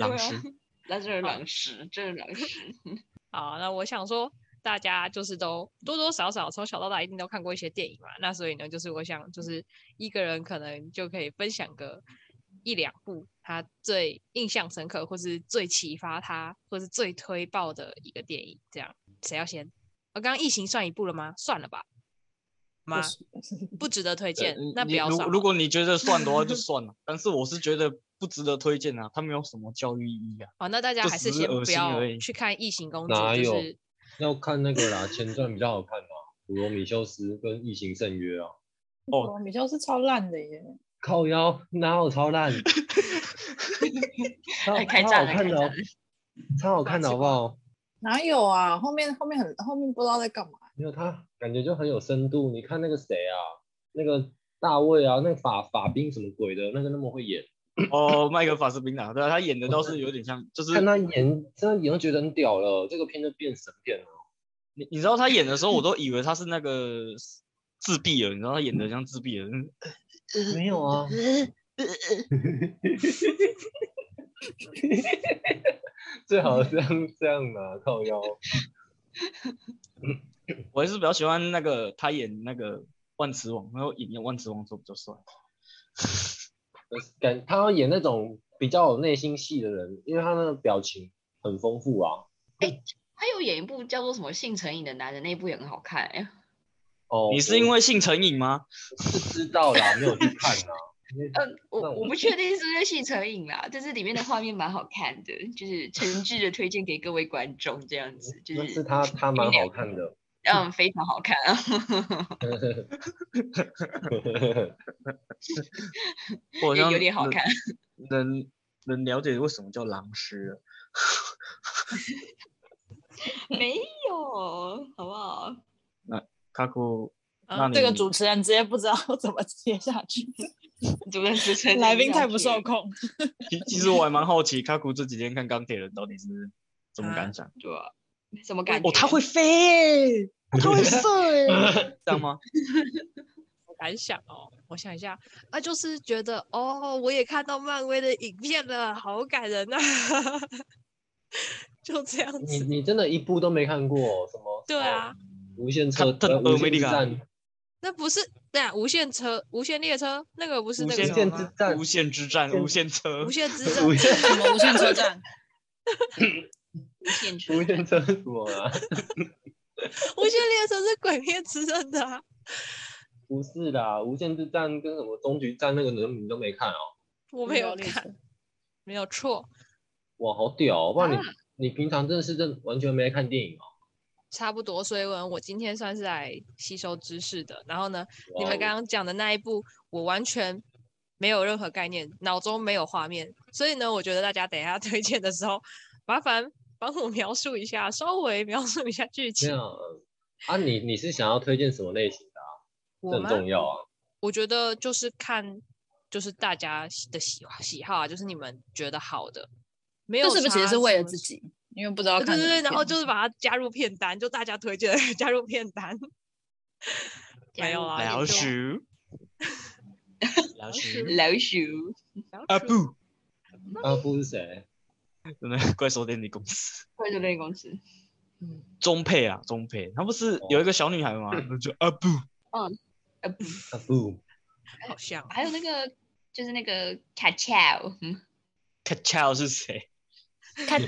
[SPEAKER 3] 狼
[SPEAKER 4] 对啊
[SPEAKER 3] 师。
[SPEAKER 4] 那这是狼食，这是狼 食。
[SPEAKER 1] 好，那我想说，大家就是都多多少少从小到大一定都看过一些电影嘛，那所以呢，就是我想，就是一个人可能就可以分享个一两部他最印象深刻，或是最启发他，或是最推爆的一个电影。这样，谁要先？我、刚刚疫情算一部了吗？算了吧，吗？不值得推
[SPEAKER 3] 对
[SPEAKER 1] 荐，那不
[SPEAKER 3] 呃嗯你
[SPEAKER 1] 要
[SPEAKER 3] 如
[SPEAKER 1] 算
[SPEAKER 3] 如
[SPEAKER 1] 了。
[SPEAKER 3] 果你觉得算的话，就算了。但是我是觉得不值得推荐啊，它没有什么教育意义啊。
[SPEAKER 1] 好，那大家
[SPEAKER 3] 就
[SPEAKER 1] 还
[SPEAKER 3] 只
[SPEAKER 1] 是
[SPEAKER 3] 是
[SPEAKER 1] 先
[SPEAKER 3] 恶
[SPEAKER 1] 不
[SPEAKER 3] 心
[SPEAKER 1] 要
[SPEAKER 3] 而已
[SPEAKER 1] 去看《异形公主
[SPEAKER 5] 哪》，
[SPEAKER 1] 就
[SPEAKER 5] 有
[SPEAKER 1] 是
[SPEAKER 5] 要看那个啦，前传比较好看嘛，《普罗米修斯》跟《异形圣约》啊。
[SPEAKER 3] 哦
[SPEAKER 2] 哦，米修是超烂的耶。
[SPEAKER 5] 靠腰哪有超烂？超
[SPEAKER 4] 哎开
[SPEAKER 5] 超
[SPEAKER 4] 战
[SPEAKER 5] 好
[SPEAKER 4] 了
[SPEAKER 5] 看
[SPEAKER 4] 开
[SPEAKER 5] 的哦
[SPEAKER 4] 战，
[SPEAKER 5] 超好看的好不好？
[SPEAKER 2] 哪有啊？后面后面很后面不知道在干嘛。
[SPEAKER 5] 没有他感觉就很有深度。你看那个谁啊，那个大卫啊，那个法法兵什么鬼的，那个那么会演，
[SPEAKER 3] 哦，麦克法斯宾达，对啊，他演的倒是有点像，就是
[SPEAKER 5] 看他演真的演就觉得很屌了，这个片就变神片了。
[SPEAKER 3] 你你知道他演的时候，我都以为他是那个自闭了，你知道他演的像自闭了。 嗯
[SPEAKER 5] 没有啊，最好
[SPEAKER 3] 嗯
[SPEAKER 5] 这样这样拿靠腰。
[SPEAKER 3] 我还是比较喜欢那个他演那个万磁王，然后演万磁王做比较帅。
[SPEAKER 5] 感他要演那种比较有内心戏的人，因为他那个表情很丰富啊。
[SPEAKER 4] 他有演一部叫做什么《性成瘾的男人》，那一部也很好看 哎、
[SPEAKER 5] 哦，
[SPEAKER 3] 你是因为性成瘾吗？
[SPEAKER 5] 我是知道啦，没有去看 啊啦。
[SPEAKER 4] 嗯，我
[SPEAKER 5] 那我
[SPEAKER 4] 我不确定是不是性成瘾啦，但是里面的画面蛮好看的，就是诚挚的推荐给各位观众这样子，就
[SPEAKER 5] 那
[SPEAKER 4] 是
[SPEAKER 5] 是他他蛮好看的。
[SPEAKER 4] 嗯非常好看啊，
[SPEAKER 3] 我好像
[SPEAKER 4] 有点好看，
[SPEAKER 3] 能能能了解为什么叫狼师了。
[SPEAKER 4] 没有好不好？
[SPEAKER 3] 卡库，
[SPEAKER 1] 啊
[SPEAKER 3] 那你
[SPEAKER 2] 这个主持人直接不知道怎么接下去，
[SPEAKER 4] 主任主持人
[SPEAKER 2] 来
[SPEAKER 4] 真的
[SPEAKER 2] 宾
[SPEAKER 4] 下
[SPEAKER 2] 太不
[SPEAKER 4] 去
[SPEAKER 2] 受
[SPEAKER 4] 了
[SPEAKER 2] 控。
[SPEAKER 3] 其其实我还蛮好奇，卡库这几天看钢铁人到底是怎么感想？
[SPEAKER 4] 对啊，什么感觉？
[SPEAKER 3] 哦，他会飞、欸，他会射、欸，这样吗？
[SPEAKER 1] 我感想哦，我想一下，啊，就是觉得哦，我也看到漫威的影片了，好感人呐、 就这样
[SPEAKER 5] 你
[SPEAKER 1] 子。
[SPEAKER 5] 你真的一部都没看过哦什么？
[SPEAKER 1] 对啊，
[SPEAKER 5] 无限车
[SPEAKER 3] Captain
[SPEAKER 5] 呃无
[SPEAKER 3] America
[SPEAKER 5] 限之战，
[SPEAKER 1] 那不是对啊，无限车、无限列车那个不是
[SPEAKER 3] 无
[SPEAKER 1] 那个
[SPEAKER 5] 无
[SPEAKER 1] 什
[SPEAKER 5] 限
[SPEAKER 1] 么
[SPEAKER 5] 之
[SPEAKER 1] 吗？
[SPEAKER 5] 战
[SPEAKER 3] 无，限之战，无限车
[SPEAKER 1] 无， 限之战
[SPEAKER 5] 无限
[SPEAKER 2] 什么无限车站？
[SPEAKER 4] 无限出
[SPEAKER 5] 无限车什么啊？
[SPEAKER 1] 无限列车是鬼灭之刃的、啊，
[SPEAKER 5] 不是啦，无限之战跟什么终局战那个人你都没看哦。
[SPEAKER 1] 我没有看，没有错，
[SPEAKER 5] 哇，好屌、哦！不然你、
[SPEAKER 1] 啊
[SPEAKER 5] 你平常真的是真完全没在看电影哦。
[SPEAKER 1] 差不多。所以文，我今天算是来吸收知识的。然后呢，你
[SPEAKER 5] 哇
[SPEAKER 1] 们
[SPEAKER 5] 哦
[SPEAKER 1] 刚刚讲的那一部，我完全没有任何概念，脑中没有画面，所以呢，我觉得大家等一下 推荐的时候，麻烦帮我描述一下，稍微描述一下剧情。
[SPEAKER 5] 这样嗯啊，你你是想要推荐什么类型的、啊？这
[SPEAKER 1] 我
[SPEAKER 5] 很
[SPEAKER 1] 吗？
[SPEAKER 5] 重要啊。
[SPEAKER 1] 我觉得就是看，就是大家喜的喜喜好啊，就是你们觉得好的，没有
[SPEAKER 2] 这是不是其实
[SPEAKER 1] 差
[SPEAKER 2] 是为
[SPEAKER 1] 什
[SPEAKER 2] 了
[SPEAKER 1] 么
[SPEAKER 2] 自己？因为不知道
[SPEAKER 1] 对对
[SPEAKER 2] 看什么
[SPEAKER 1] 对，
[SPEAKER 2] 片。
[SPEAKER 1] 然后就是把它加入片单，就大家推荐的 加入片 单。没有啊
[SPEAKER 3] 老
[SPEAKER 1] 研究
[SPEAKER 3] 鼠，哎老鼠，
[SPEAKER 4] 老鼠，
[SPEAKER 3] 阿布，
[SPEAKER 5] 阿布啊是谁？
[SPEAKER 3] 真的怪兽电力公司，
[SPEAKER 4] 怪兽类公司。
[SPEAKER 3] 中配啊，中配，他不是
[SPEAKER 5] 哦
[SPEAKER 3] 有一个小女孩 吗？那就啊阿布，
[SPEAKER 4] 呃，不，
[SPEAKER 5] 阿布
[SPEAKER 1] 好像
[SPEAKER 4] 还有那个就是那个卡恰，嗯，
[SPEAKER 3] 卡乔是谁？
[SPEAKER 2] 看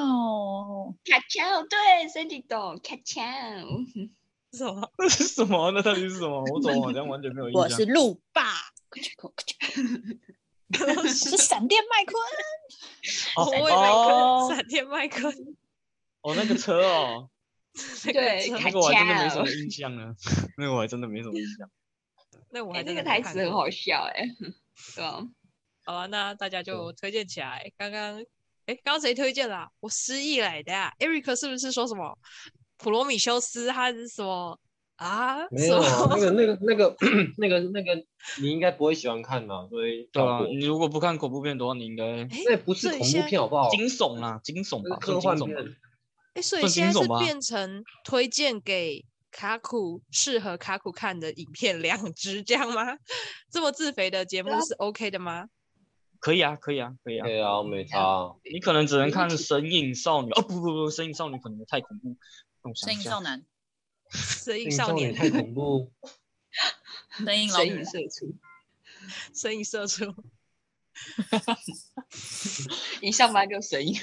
[SPEAKER 2] 哦，
[SPEAKER 4] 卡恰，对，Cindy 懂卡恰。
[SPEAKER 1] 是什么？
[SPEAKER 3] 那是什么？那到底是什么？我怎么好像完全没有
[SPEAKER 2] 我
[SPEAKER 3] 印
[SPEAKER 2] 是
[SPEAKER 3] 象？
[SPEAKER 2] 路霸，我是闪电麦昆。
[SPEAKER 3] 哦
[SPEAKER 1] 我也没
[SPEAKER 3] 哦
[SPEAKER 1] 看闪电麦克
[SPEAKER 3] 哦，那个车哦，
[SPEAKER 1] 那个
[SPEAKER 4] 对
[SPEAKER 1] 车
[SPEAKER 4] 卡
[SPEAKER 3] 那个我还真的没什
[SPEAKER 4] 乔
[SPEAKER 3] 么印象呢， 那个我还真的没什么印象。
[SPEAKER 1] 那我
[SPEAKER 4] 哎，
[SPEAKER 1] 还
[SPEAKER 4] 那
[SPEAKER 1] 真
[SPEAKER 4] 个
[SPEAKER 1] 的
[SPEAKER 4] 台
[SPEAKER 1] 没
[SPEAKER 4] 词
[SPEAKER 1] 看
[SPEAKER 4] 很
[SPEAKER 1] 过
[SPEAKER 4] 好笑，哎，对吧？
[SPEAKER 1] 好啊，那大家就推荐起来。刚刚，哎，刚刚谁推荐啦、我失忆来的呀、Eric 是不是说什么普罗米修斯还是什么啊？
[SPEAKER 5] 没
[SPEAKER 1] 什
[SPEAKER 5] 有
[SPEAKER 1] 么
[SPEAKER 5] 啊，那个那个那个那个那个，你应该不会喜欢看呐、所以
[SPEAKER 3] 对啊
[SPEAKER 5] 跳，过
[SPEAKER 3] 你如果不看哦恐怖片的话，你应该
[SPEAKER 1] 哎
[SPEAKER 5] 那不是
[SPEAKER 1] 所以
[SPEAKER 5] 恐
[SPEAKER 1] 现
[SPEAKER 5] 怖
[SPEAKER 1] 在
[SPEAKER 5] 片好不好？
[SPEAKER 3] 惊悚啊，惊悚
[SPEAKER 5] 这
[SPEAKER 3] 吧算
[SPEAKER 5] 是，科
[SPEAKER 3] 惊
[SPEAKER 5] 幻
[SPEAKER 3] 悚
[SPEAKER 5] 片
[SPEAKER 3] 吧。
[SPEAKER 1] 哎，所以
[SPEAKER 3] 算
[SPEAKER 1] 现
[SPEAKER 3] 惊
[SPEAKER 1] 在
[SPEAKER 3] 悚
[SPEAKER 1] 是
[SPEAKER 3] 吧
[SPEAKER 1] 变成推荐给卡库适合卡库看的影片两支，这样吗？ 这么自肥的节目
[SPEAKER 4] 啊
[SPEAKER 1] 是 OK 的吗？
[SPEAKER 3] 可以啊，可以啊，可以啊。
[SPEAKER 5] 对啊，没差、啊。
[SPEAKER 3] 你可能只能看《神隐少女》哦，不不不，《神隐少女》可能太恐怖，让我想
[SPEAKER 2] 神
[SPEAKER 3] 一
[SPEAKER 2] 隐
[SPEAKER 3] 下
[SPEAKER 2] 少男，
[SPEAKER 1] 神
[SPEAKER 5] 影
[SPEAKER 1] 隐少年、
[SPEAKER 5] 太 恐怖，
[SPEAKER 2] 神隐老
[SPEAKER 4] 神
[SPEAKER 2] 女
[SPEAKER 4] 隐，社畜，
[SPEAKER 1] 神隐社畜，
[SPEAKER 4] 一上班就神隐，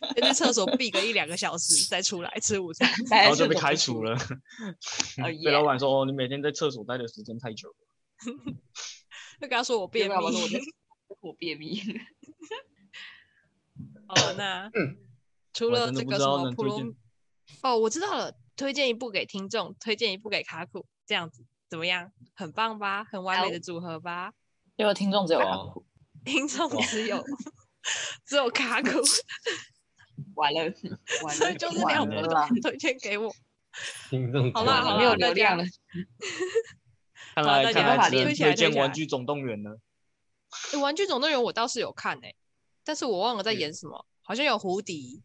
[SPEAKER 1] 哎先去厕所闭个一两个小时再出来吃午餐。
[SPEAKER 4] 然
[SPEAKER 3] 然后就被开除。了。
[SPEAKER 4] 哦
[SPEAKER 3] 被
[SPEAKER 4] 耶
[SPEAKER 3] 老板说哦，你每天在厕所待的时间太久了。
[SPEAKER 1] 就跟他说我
[SPEAKER 4] 被
[SPEAKER 1] 便
[SPEAKER 4] 老板说我
[SPEAKER 1] 秘
[SPEAKER 4] 在。 我便秘，
[SPEAKER 1] 哦，那除
[SPEAKER 3] 我还
[SPEAKER 1] 了
[SPEAKER 3] 真的
[SPEAKER 1] 这
[SPEAKER 3] 不
[SPEAKER 1] 个
[SPEAKER 3] 知
[SPEAKER 1] 什
[SPEAKER 3] 道
[SPEAKER 1] 么
[SPEAKER 3] 能
[SPEAKER 1] 普
[SPEAKER 3] 推
[SPEAKER 1] 罗
[SPEAKER 3] 荐
[SPEAKER 1] 米，哦，我知道了，推荐一部给听众，推荐一部给卡库，这样子怎么样？很棒吧？很完美
[SPEAKER 4] 好
[SPEAKER 1] 的组合吧？
[SPEAKER 2] 结果听众只有
[SPEAKER 5] 哇
[SPEAKER 2] 卡酷，
[SPEAKER 1] 听众
[SPEAKER 5] 哇
[SPEAKER 1] 只 有只有卡库，
[SPEAKER 4] 完了，完
[SPEAKER 1] 所
[SPEAKER 4] 了，
[SPEAKER 1] 以就是
[SPEAKER 2] 完
[SPEAKER 1] 两部
[SPEAKER 2] 了
[SPEAKER 1] 都
[SPEAKER 2] 啦
[SPEAKER 1] 能推荐给我。
[SPEAKER 5] 听众
[SPEAKER 1] 好啦
[SPEAKER 5] 啦
[SPEAKER 1] 好
[SPEAKER 5] 好
[SPEAKER 1] 啦
[SPEAKER 4] 没有
[SPEAKER 1] 大
[SPEAKER 4] 流
[SPEAKER 1] 家
[SPEAKER 4] 量了，
[SPEAKER 3] 看
[SPEAKER 1] 好
[SPEAKER 3] 来
[SPEAKER 1] 大
[SPEAKER 3] 看
[SPEAKER 1] 家
[SPEAKER 3] 来
[SPEAKER 4] 把
[SPEAKER 3] 只能
[SPEAKER 1] 推起来
[SPEAKER 3] 推荐
[SPEAKER 1] 推
[SPEAKER 3] 《
[SPEAKER 1] 起
[SPEAKER 3] 玩
[SPEAKER 1] 来
[SPEAKER 3] 具总动员》了。
[SPEAKER 1] 诶玩具总动员我倒是有看诶、但是我忘了在
[SPEAKER 5] 嗯
[SPEAKER 1] 演什么，好像有胡迪、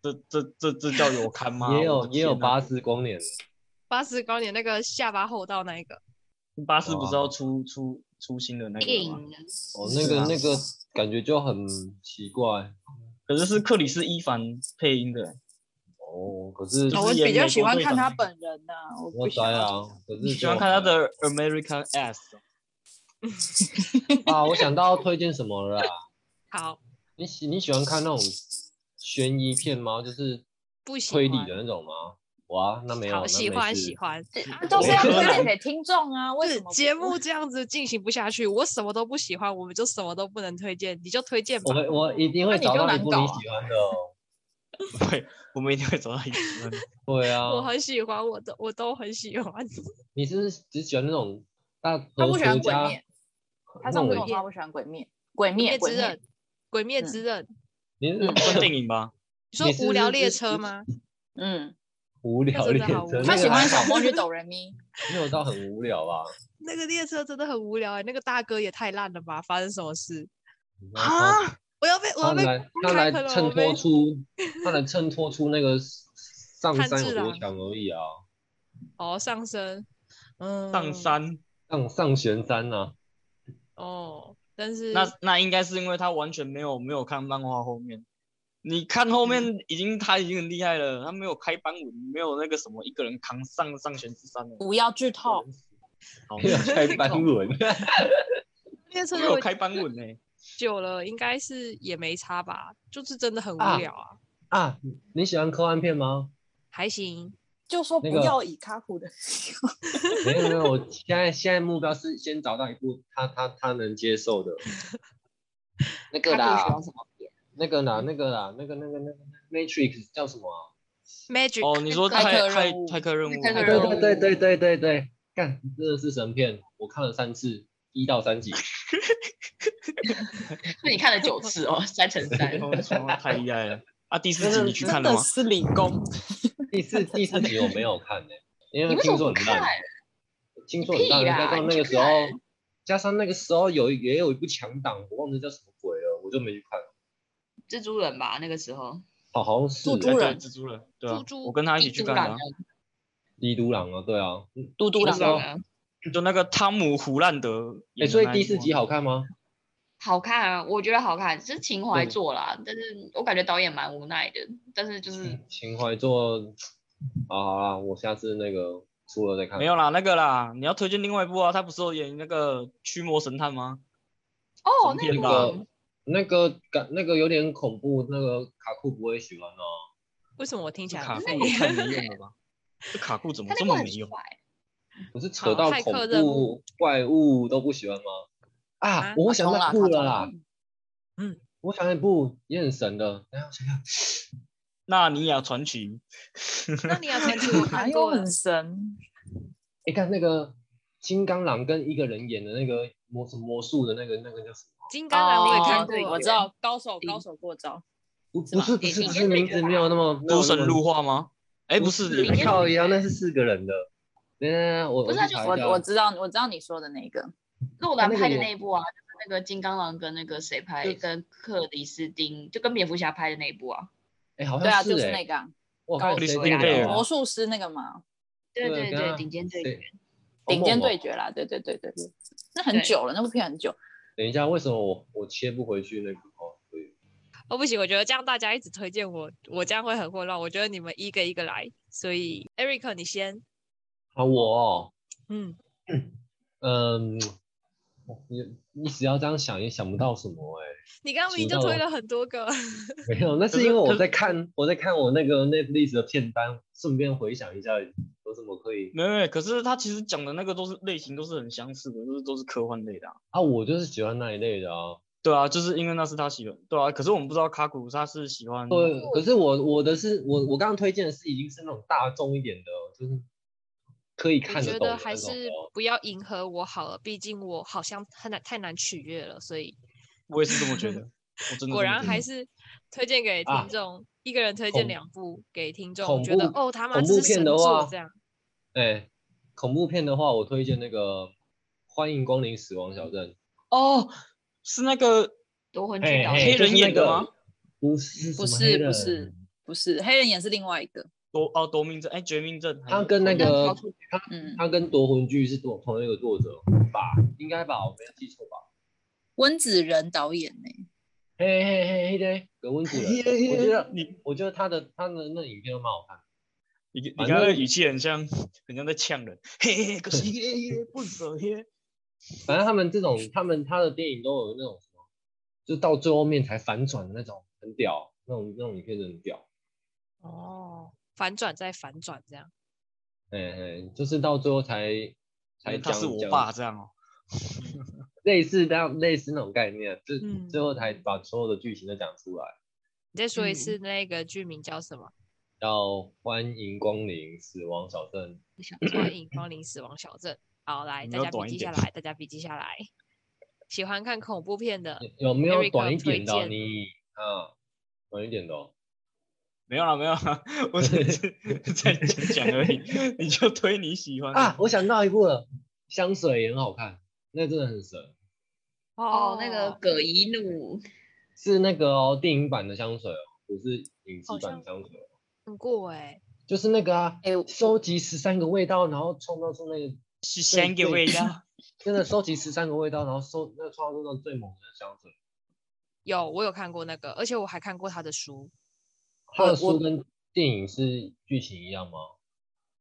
[SPEAKER 3] 这这这这叫有 看吗？
[SPEAKER 5] 也
[SPEAKER 3] 我
[SPEAKER 5] 有
[SPEAKER 3] 的
[SPEAKER 5] 也有
[SPEAKER 3] 天哪
[SPEAKER 5] 巴斯光年，
[SPEAKER 1] 巴斯光年那个下巴厚道那一个，
[SPEAKER 3] 巴斯不是要出出出新的那个
[SPEAKER 4] 电
[SPEAKER 3] 吗？
[SPEAKER 4] 影呢？
[SPEAKER 5] 哦，那个那个感觉就很奇怪，
[SPEAKER 3] 可是是克里斯伊凡配音的，
[SPEAKER 5] 哦，可是
[SPEAKER 3] 就是
[SPEAKER 2] 我
[SPEAKER 3] 演
[SPEAKER 2] 比较
[SPEAKER 3] 美
[SPEAKER 2] 喜
[SPEAKER 3] 国
[SPEAKER 2] 欢
[SPEAKER 3] 队
[SPEAKER 2] 看
[SPEAKER 3] 长
[SPEAKER 2] 他
[SPEAKER 3] 那
[SPEAKER 2] 本人呐、我
[SPEAKER 5] 我
[SPEAKER 2] 不
[SPEAKER 5] 知
[SPEAKER 2] 想要
[SPEAKER 5] 啊，可是
[SPEAKER 3] 喜欢看他的 American Ass 哦
[SPEAKER 5] 啊，我想到推荐什么了啦？
[SPEAKER 1] 好，
[SPEAKER 5] 你喜你喜欢看那种悬疑片吗？就是
[SPEAKER 1] 不喜
[SPEAKER 5] 推理
[SPEAKER 1] 欢
[SPEAKER 5] 的那种吗？哇，那没有，
[SPEAKER 1] 好，
[SPEAKER 5] 那
[SPEAKER 1] 喜
[SPEAKER 5] 没
[SPEAKER 1] 欢
[SPEAKER 5] 事
[SPEAKER 1] 喜。欢。
[SPEAKER 2] 都是要
[SPEAKER 3] 柯
[SPEAKER 2] 推
[SPEAKER 3] 南
[SPEAKER 2] 荐给听众啊，为
[SPEAKER 1] 是
[SPEAKER 2] 什么不
[SPEAKER 1] 节目 这样子进行不下去，我什么都不喜欢，我们就什么都不能推荐，你就推荐吧
[SPEAKER 5] 我。们我一定
[SPEAKER 2] 那
[SPEAKER 5] 会
[SPEAKER 2] 你
[SPEAKER 5] 找
[SPEAKER 2] 就
[SPEAKER 5] 到一
[SPEAKER 2] 难
[SPEAKER 5] 部
[SPEAKER 2] 搞
[SPEAKER 5] 你
[SPEAKER 2] 啊
[SPEAKER 5] 喜欢的哦。
[SPEAKER 3] 对，我们一定会找到一个。
[SPEAKER 5] 对
[SPEAKER 1] 我
[SPEAKER 5] 啊，
[SPEAKER 1] 很喜欢，我都我都很喜欢。
[SPEAKER 5] 你是不是只喜欢那种大
[SPEAKER 2] 他
[SPEAKER 5] 和
[SPEAKER 2] 不喜欢
[SPEAKER 5] 合
[SPEAKER 2] 鬼
[SPEAKER 5] 家
[SPEAKER 2] 灭，他
[SPEAKER 5] 那
[SPEAKER 2] 上次跟我
[SPEAKER 5] 种
[SPEAKER 2] 说他不喜欢鬼灭，鬼灭鬼
[SPEAKER 1] 之刃
[SPEAKER 2] 灭，，
[SPEAKER 1] 鬼灭
[SPEAKER 2] 嗯
[SPEAKER 1] 之刃，
[SPEAKER 5] 你是
[SPEAKER 3] 算电影吧，
[SPEAKER 1] 你说
[SPEAKER 5] 你是
[SPEAKER 1] 无聊
[SPEAKER 5] 不是
[SPEAKER 1] 列
[SPEAKER 5] 是
[SPEAKER 1] 车
[SPEAKER 5] 是
[SPEAKER 1] 吗？
[SPEAKER 2] 嗯，
[SPEAKER 5] 无聊
[SPEAKER 1] 真
[SPEAKER 5] 列
[SPEAKER 1] 的好无
[SPEAKER 5] 车，
[SPEAKER 1] 聊
[SPEAKER 2] 他
[SPEAKER 5] 那
[SPEAKER 2] 喜
[SPEAKER 5] 个还
[SPEAKER 2] 欢小
[SPEAKER 5] 好
[SPEAKER 2] 魔女斗人咪，
[SPEAKER 5] 没有到很无聊吧？
[SPEAKER 1] 那个列车真的很无聊哎、那个大哥也太烂了吧！发生什么事？
[SPEAKER 5] 你知道他
[SPEAKER 4] 啊，
[SPEAKER 1] 我要被我
[SPEAKER 5] 他
[SPEAKER 1] 要被
[SPEAKER 5] 来他
[SPEAKER 1] 开
[SPEAKER 5] 来
[SPEAKER 1] 喷了
[SPEAKER 5] 衬
[SPEAKER 1] 我被
[SPEAKER 5] 托出，他来衬托出那个上
[SPEAKER 1] 炭
[SPEAKER 5] 山
[SPEAKER 1] 治
[SPEAKER 5] 有多
[SPEAKER 1] 郎
[SPEAKER 5] 强而已啊，
[SPEAKER 1] 哦上升，嗯，
[SPEAKER 3] 上山。
[SPEAKER 5] 上上弦啊山呐、
[SPEAKER 1] 哦，但是
[SPEAKER 3] 那那应该是因为他完全没有没有看漫画后面，你看后面已经他已经很厉害了，他没有开班文，没有那个什么一个人扛上上弦之山了。
[SPEAKER 2] 不要剧透，
[SPEAKER 3] 好，
[SPEAKER 5] 啊，开班轮，
[SPEAKER 1] 列车
[SPEAKER 3] 没
[SPEAKER 1] 那
[SPEAKER 3] 有
[SPEAKER 1] 么
[SPEAKER 3] 开班文呢、
[SPEAKER 1] 久了，应该是也没差吧，就是真的很
[SPEAKER 5] 啊
[SPEAKER 1] 无聊啊，
[SPEAKER 5] 啊，你喜欢科幻片吗？
[SPEAKER 1] 还行。
[SPEAKER 2] 就说不
[SPEAKER 5] 那个
[SPEAKER 2] 要以卡普的，
[SPEAKER 5] 没有没有，我现在现在目标是先找到一部他他他能接受的，那个
[SPEAKER 2] 他不喜
[SPEAKER 5] 啦
[SPEAKER 2] 欢，什么片，
[SPEAKER 5] 那个啦，那个啦，那个那个那个 Matrix 叫什么啊？
[SPEAKER 1] Magic
[SPEAKER 3] 哦，你说
[SPEAKER 2] 骇
[SPEAKER 3] 泰
[SPEAKER 2] 客
[SPEAKER 3] 泰
[SPEAKER 2] 任务
[SPEAKER 3] 泰克任务，哦
[SPEAKER 4] 骇客
[SPEAKER 5] 对
[SPEAKER 4] 任务
[SPEAKER 5] 对对对对对对，干，真的是神片，我看了三次，一到三集。
[SPEAKER 4] 那你看了 九次哦，三乘 三。
[SPEAKER 3] 哦太厉害了啊！第四集你去看了吗？
[SPEAKER 2] 是理工，
[SPEAKER 5] 第四第四集我没有看呢、因为
[SPEAKER 4] 你为什
[SPEAKER 5] 听说
[SPEAKER 4] 么不
[SPEAKER 5] 很烂
[SPEAKER 4] 看？，
[SPEAKER 5] 听说很烂，
[SPEAKER 4] 屁啦
[SPEAKER 5] 加上那
[SPEAKER 4] 你
[SPEAKER 5] 个
[SPEAKER 4] 去
[SPEAKER 5] 时候，加上那个时候有一也有一部强档，我忘记叫什么鬼了，我就没去看。
[SPEAKER 4] 蜘蛛人吧，那个时候。
[SPEAKER 5] 哦，好像是、
[SPEAKER 2] 杜
[SPEAKER 5] 欸
[SPEAKER 2] 杜
[SPEAKER 3] 对
[SPEAKER 2] 人
[SPEAKER 3] 蜘蛛人，对啊
[SPEAKER 1] 猪，猪
[SPEAKER 3] 我跟他一起去看的啊、
[SPEAKER 5] 帝都狼啊，对啊，嗯
[SPEAKER 2] 嘟嘟
[SPEAKER 5] 那
[SPEAKER 2] 啦
[SPEAKER 5] 时，候
[SPEAKER 4] 啊，
[SPEAKER 3] 就那个汤姆·胡兰德
[SPEAKER 5] 哎、
[SPEAKER 3] 演的
[SPEAKER 5] 所以
[SPEAKER 3] 那一
[SPEAKER 5] 第四
[SPEAKER 3] 部啊
[SPEAKER 5] 集好看吗？
[SPEAKER 4] 好看啊，我觉得好看，是情怀
[SPEAKER 5] 对
[SPEAKER 4] 做啦，但是我感觉导演蛮无奈的，但是就是
[SPEAKER 3] 嗯
[SPEAKER 5] 秦淮座，好啊好啦，我下次那个出了再看。
[SPEAKER 3] 没有啦，那个啦，你要推荐另外一部啊，他不是有演那个《驱魔神探》吗？
[SPEAKER 4] 哦
[SPEAKER 3] 神，
[SPEAKER 4] 那
[SPEAKER 3] 片
[SPEAKER 5] 吧
[SPEAKER 4] 个
[SPEAKER 5] 那个感那个有点恐怖，那个卡库不会喜欢哦。
[SPEAKER 1] 为什么我听起
[SPEAKER 3] 这
[SPEAKER 1] 来
[SPEAKER 3] 卡
[SPEAKER 1] 很
[SPEAKER 3] 库
[SPEAKER 1] 累
[SPEAKER 3] 也太没用了吧！这卡库怎么
[SPEAKER 4] 他
[SPEAKER 3] 这
[SPEAKER 4] 那个
[SPEAKER 3] 么
[SPEAKER 4] 很
[SPEAKER 3] 没用？
[SPEAKER 4] 帅，
[SPEAKER 5] 不是扯
[SPEAKER 1] 好
[SPEAKER 5] 到
[SPEAKER 1] 哦骇
[SPEAKER 5] 恐
[SPEAKER 1] 客任
[SPEAKER 5] 怖
[SPEAKER 1] 务
[SPEAKER 5] 怪物都不喜欢吗？啊
[SPEAKER 1] 啊，
[SPEAKER 5] 我想
[SPEAKER 2] 卡
[SPEAKER 5] 到
[SPEAKER 2] 通啦
[SPEAKER 5] 酷了
[SPEAKER 2] 卡
[SPEAKER 5] 啦
[SPEAKER 2] 通。
[SPEAKER 1] 嗯，
[SPEAKER 5] 我想到一部也很神的，等一下我想想，
[SPEAKER 3] 纳尼亚传奇，
[SPEAKER 1] 那你要传奇 我
[SPEAKER 2] 哪
[SPEAKER 1] 看
[SPEAKER 2] 有
[SPEAKER 1] 过
[SPEAKER 4] 哎
[SPEAKER 1] 了
[SPEAKER 2] 很，神？
[SPEAKER 5] 你哎看那个金刚狼跟一个人演的那个魔什么魔术的那个那个叫什么？
[SPEAKER 1] 金刚啊狼我也看
[SPEAKER 2] 哦
[SPEAKER 1] 过，
[SPEAKER 2] 我知道高手高手过招，
[SPEAKER 5] 不
[SPEAKER 2] 是
[SPEAKER 5] 不
[SPEAKER 2] 吧
[SPEAKER 5] 是不是
[SPEAKER 4] 隐
[SPEAKER 5] 不
[SPEAKER 4] 形
[SPEAKER 5] 是
[SPEAKER 4] 的
[SPEAKER 5] 名
[SPEAKER 4] 那个
[SPEAKER 5] 字没有那么没有
[SPEAKER 3] 诸
[SPEAKER 5] 那
[SPEAKER 3] 神
[SPEAKER 5] 么
[SPEAKER 3] 入化吗？哎，不是，
[SPEAKER 4] 里面
[SPEAKER 5] 靠一样，那是四个人的。等一下等一下我
[SPEAKER 4] 不是
[SPEAKER 5] 我
[SPEAKER 4] 啊
[SPEAKER 5] 去
[SPEAKER 4] 就
[SPEAKER 5] 查一
[SPEAKER 2] 我
[SPEAKER 5] 下
[SPEAKER 2] 我知道我知道你说的那个，
[SPEAKER 4] 诺
[SPEAKER 5] 他那
[SPEAKER 4] 兰
[SPEAKER 5] 个
[SPEAKER 4] 拍的
[SPEAKER 5] 也
[SPEAKER 4] 那一部啊，就是那个金刚狼跟那个谁拍，
[SPEAKER 5] 就
[SPEAKER 4] 跟克里斯汀，就跟蝙蝠侠拍的那一部啊，
[SPEAKER 5] 哎，好
[SPEAKER 2] 对啊，
[SPEAKER 5] 像
[SPEAKER 2] 就是是
[SPEAKER 5] 哎
[SPEAKER 2] 那，个啊
[SPEAKER 5] 我
[SPEAKER 2] 高
[SPEAKER 5] 看
[SPEAKER 3] 克里
[SPEAKER 5] 谁
[SPEAKER 3] 斯
[SPEAKER 5] 跟你
[SPEAKER 3] 汀贝
[SPEAKER 5] 聊
[SPEAKER 3] 尔
[SPEAKER 5] 啊
[SPEAKER 2] 魔术师那个嘛，
[SPEAKER 4] 对
[SPEAKER 5] 对
[SPEAKER 4] 对
[SPEAKER 5] 跟他
[SPEAKER 4] 对，顶尖队
[SPEAKER 5] 谁
[SPEAKER 4] 员，
[SPEAKER 5] 好
[SPEAKER 2] 顶尖
[SPEAKER 5] 猛哦
[SPEAKER 2] 对决啦，对对对对对，那很
[SPEAKER 4] 对
[SPEAKER 2] 久了，那部片很久，
[SPEAKER 5] 等一下，为什么我我切不回去那个？哦，对，
[SPEAKER 1] 哦不行，我觉得这样大家一直推荐我，我这样会很混乱。我觉得你们一个一个来，所以 Eric 你先，
[SPEAKER 5] 啊我哦。
[SPEAKER 1] 嗯，
[SPEAKER 5] 嗯，你你只要这样想也想不到什么哎、
[SPEAKER 1] 你刚刚明明
[SPEAKER 5] 行
[SPEAKER 1] 就
[SPEAKER 5] 那
[SPEAKER 1] 推
[SPEAKER 5] 我
[SPEAKER 1] 了很多个，
[SPEAKER 5] 没有，那
[SPEAKER 3] 可
[SPEAKER 5] 是
[SPEAKER 3] 是
[SPEAKER 5] 因为
[SPEAKER 3] 可
[SPEAKER 5] 我
[SPEAKER 3] 是
[SPEAKER 5] 在看我在看我那个 Netflix 的片单，顺便回想一下有什么可以
[SPEAKER 3] 没有没有，可是他其实讲的那个都是类型都是很相似的，就是都是科幻类的啊。
[SPEAKER 5] 啊，我就是喜欢那一类的啊。
[SPEAKER 3] 对啊，就是因为那是他喜欢，对啊。可是我们不知道卡古他是喜欢，
[SPEAKER 5] 对，可是我我的是我我刚刚推荐的是已经是那种大众一点的，哦就是可以
[SPEAKER 1] 我
[SPEAKER 5] 看
[SPEAKER 1] 觉
[SPEAKER 5] 懂的
[SPEAKER 1] 得还
[SPEAKER 5] 那种
[SPEAKER 1] 是
[SPEAKER 5] 哦。
[SPEAKER 1] 不要迎合我好了，毕竟我好像很难太难取悦了，所以
[SPEAKER 3] 我也是这么觉得。我真的
[SPEAKER 1] 果
[SPEAKER 3] 这么
[SPEAKER 1] 然
[SPEAKER 3] 觉
[SPEAKER 1] 还
[SPEAKER 3] 得
[SPEAKER 1] 是推荐给
[SPEAKER 5] 啊
[SPEAKER 1] 听众，一个人推荐
[SPEAKER 5] 恐
[SPEAKER 1] 两部给听众，
[SPEAKER 5] 恐
[SPEAKER 1] 我觉得
[SPEAKER 5] 怖
[SPEAKER 1] 哦他妈
[SPEAKER 5] 恐
[SPEAKER 1] 这
[SPEAKER 5] 怖
[SPEAKER 1] 是
[SPEAKER 5] 片
[SPEAKER 1] 神
[SPEAKER 5] 的
[SPEAKER 1] 作
[SPEAKER 5] 话
[SPEAKER 1] 这样。，
[SPEAKER 5] 哎、恐怖片的话，我推荐那个《欢迎光临死亡小镇》。
[SPEAKER 3] 哦，是那个
[SPEAKER 4] 夺魂
[SPEAKER 5] 哎
[SPEAKER 4] 剧导
[SPEAKER 5] 哎
[SPEAKER 4] 演
[SPEAKER 3] 黑人演的吗？
[SPEAKER 5] 就是那个
[SPEAKER 2] 不
[SPEAKER 5] 不是什么黑
[SPEAKER 2] 是不
[SPEAKER 5] 人
[SPEAKER 2] 是不是，黑人也是另外一个，
[SPEAKER 3] 夺哦夺命症，哎绝命症，还
[SPEAKER 5] 他
[SPEAKER 3] 是
[SPEAKER 5] 跟那
[SPEAKER 4] 那
[SPEAKER 5] 个
[SPEAKER 4] 逃出
[SPEAKER 5] 他
[SPEAKER 2] 嗯
[SPEAKER 5] 他跟夺魂剧是同同一个作者吧？应该吧，我没有记错吧？
[SPEAKER 2] 温子仁导演呢，
[SPEAKER 5] 嘿嘿嘿嘿对，葛温子仁，我觉得
[SPEAKER 3] 你
[SPEAKER 5] 我觉得他的他的那影片都蛮好看的。
[SPEAKER 3] 你你
[SPEAKER 5] 反
[SPEAKER 3] 刚刚的
[SPEAKER 5] 正
[SPEAKER 3] 语气很像很像在呛人，嘿嘿，嘿可是耶耶不走 耶，
[SPEAKER 5] 反正他们这种他们他的电影都有那种什么，就到最后面才反转的那种，很屌，那种那种影片真的很屌。
[SPEAKER 1] 哦，反转再反转这样。
[SPEAKER 5] 嘿嘿，哎就是到最后才才
[SPEAKER 3] 哎他
[SPEAKER 5] 讲
[SPEAKER 3] 是我
[SPEAKER 5] 讲
[SPEAKER 3] 爸这样哦。
[SPEAKER 5] 类似那样类似那种概念，就、
[SPEAKER 1] 嗯
[SPEAKER 5] 最后才把所有的剧情都讲出来。
[SPEAKER 1] 你再说一
[SPEAKER 3] 嗯
[SPEAKER 1] 次那个剧名叫什么？
[SPEAKER 5] 要欢迎光临死亡小镇，
[SPEAKER 1] 欢迎光临死亡小镇。好，来，
[SPEAKER 3] 你
[SPEAKER 1] 大
[SPEAKER 3] 要
[SPEAKER 1] 家笔
[SPEAKER 3] 短一
[SPEAKER 1] 记下
[SPEAKER 3] 点
[SPEAKER 1] 来，大家笔记下来。喜欢看恐怖片的，
[SPEAKER 5] 有有没有
[SPEAKER 1] Eric
[SPEAKER 5] 短一
[SPEAKER 1] 推
[SPEAKER 5] 点的啊、
[SPEAKER 1] 荐
[SPEAKER 5] 你啊？短一点的、哦，
[SPEAKER 3] 没有了，没有了， 我只是在讲讲而已。 你就推你喜欢的
[SPEAKER 5] 啊，我想到一部了，香水也很好看，那真的很神，
[SPEAKER 4] 哦，那个葛一怒，
[SPEAKER 5] 是那个哦，电影版的香水哦，不是影集版的香水哦，
[SPEAKER 1] 看过哎，
[SPEAKER 5] 就是那个啊，
[SPEAKER 2] 哎我
[SPEAKER 5] 收集十三个味道，然后创造出那个
[SPEAKER 3] 是香的味 道。
[SPEAKER 5] 真的收集十三个味道，然后收那创造出那最猛的香水，
[SPEAKER 1] 有我有看过那个，而且我还看过他的书，
[SPEAKER 5] 它的
[SPEAKER 2] 我我
[SPEAKER 5] 书跟电影是剧情一样吗？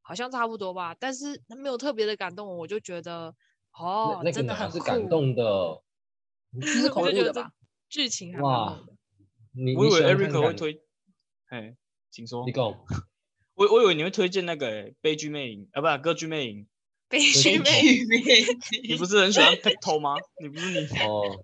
[SPEAKER 1] 好像差不多吧，但是他没有特别的感动我，我就觉得哦
[SPEAKER 5] 那，那个
[SPEAKER 1] 真的
[SPEAKER 5] 哪
[SPEAKER 1] 很
[SPEAKER 5] 是
[SPEAKER 1] 酷，
[SPEAKER 5] 感动的，
[SPEAKER 2] 是恐
[SPEAKER 1] 我
[SPEAKER 2] 怖
[SPEAKER 1] 就觉得
[SPEAKER 2] 的
[SPEAKER 1] 这
[SPEAKER 2] 吧？
[SPEAKER 1] 剧情还蛮
[SPEAKER 5] 哇
[SPEAKER 1] 好的。
[SPEAKER 5] 你
[SPEAKER 3] 我以
[SPEAKER 5] 你
[SPEAKER 3] 为
[SPEAKER 5] 喜欢看
[SPEAKER 3] Eric 会
[SPEAKER 5] 感
[SPEAKER 3] 推，哎，请说
[SPEAKER 5] 你。讲。
[SPEAKER 3] 我我以为你会推荐那个欸悲剧魅影啊，不，歌剧魅影。
[SPEAKER 1] 悲剧
[SPEAKER 5] 恐
[SPEAKER 1] 魅
[SPEAKER 4] 妹妹，
[SPEAKER 3] 你不是很喜欢 Pepto 吗？你不 是你，
[SPEAKER 5] 哦，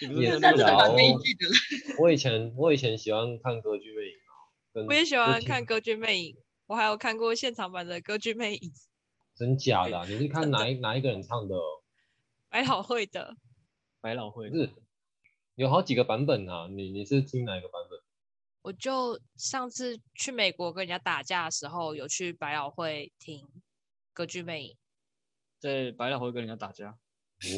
[SPEAKER 3] 你不
[SPEAKER 5] 也
[SPEAKER 3] 是
[SPEAKER 5] 是
[SPEAKER 4] 那
[SPEAKER 3] 那
[SPEAKER 4] 真的
[SPEAKER 5] 啦
[SPEAKER 4] 蛮
[SPEAKER 5] 哦
[SPEAKER 3] 个
[SPEAKER 4] 悲剧的啦。
[SPEAKER 5] 我以前我以前喜欢看歌剧魅影啊，跟
[SPEAKER 1] 我也喜
[SPEAKER 5] 就
[SPEAKER 1] 欢
[SPEAKER 5] 听
[SPEAKER 1] 看歌剧魅影，我还有看过现场版的歌剧魅影，
[SPEAKER 5] 真假的啊、你是看哪一哪一个人唱的？哦
[SPEAKER 1] 百老汇的。
[SPEAKER 3] 百老汇
[SPEAKER 5] 不？是，有好几个版本啊，你你是听哪一个版本？
[SPEAKER 1] 我就上次去美国跟人家打架的时候，有去百老汇听歌剧魅影，
[SPEAKER 3] 在百老汇跟人家打架。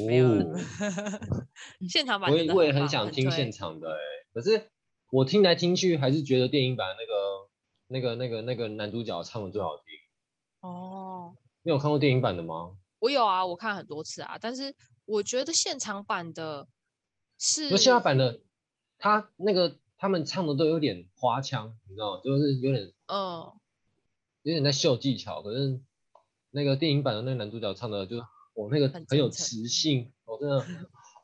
[SPEAKER 1] 没有
[SPEAKER 5] 哦，
[SPEAKER 1] 现场版
[SPEAKER 5] 我
[SPEAKER 1] 真
[SPEAKER 5] 也
[SPEAKER 1] 的
[SPEAKER 5] 我也
[SPEAKER 1] 很
[SPEAKER 5] 很
[SPEAKER 1] 棒
[SPEAKER 5] 想
[SPEAKER 1] 很
[SPEAKER 5] 听
[SPEAKER 1] 推
[SPEAKER 5] 现场的哎、可是我听来听去还是觉得电影版那个那个那个那个男主角唱的最好听。
[SPEAKER 1] 哦。
[SPEAKER 5] 你有看过电影版的吗？
[SPEAKER 1] 我有啊，我看很多次啊，但是我觉得现场版的是
[SPEAKER 5] 就现在版
[SPEAKER 1] 嗯
[SPEAKER 5] 的，他那个他们唱的都有点花腔，你知道吗？就是有点
[SPEAKER 1] 嗯，
[SPEAKER 5] 有点在秀技巧，可是那个电影版的那个男主角唱的就，我那个
[SPEAKER 1] 很
[SPEAKER 5] 很有
[SPEAKER 1] 真诚
[SPEAKER 5] 磁性，我真的，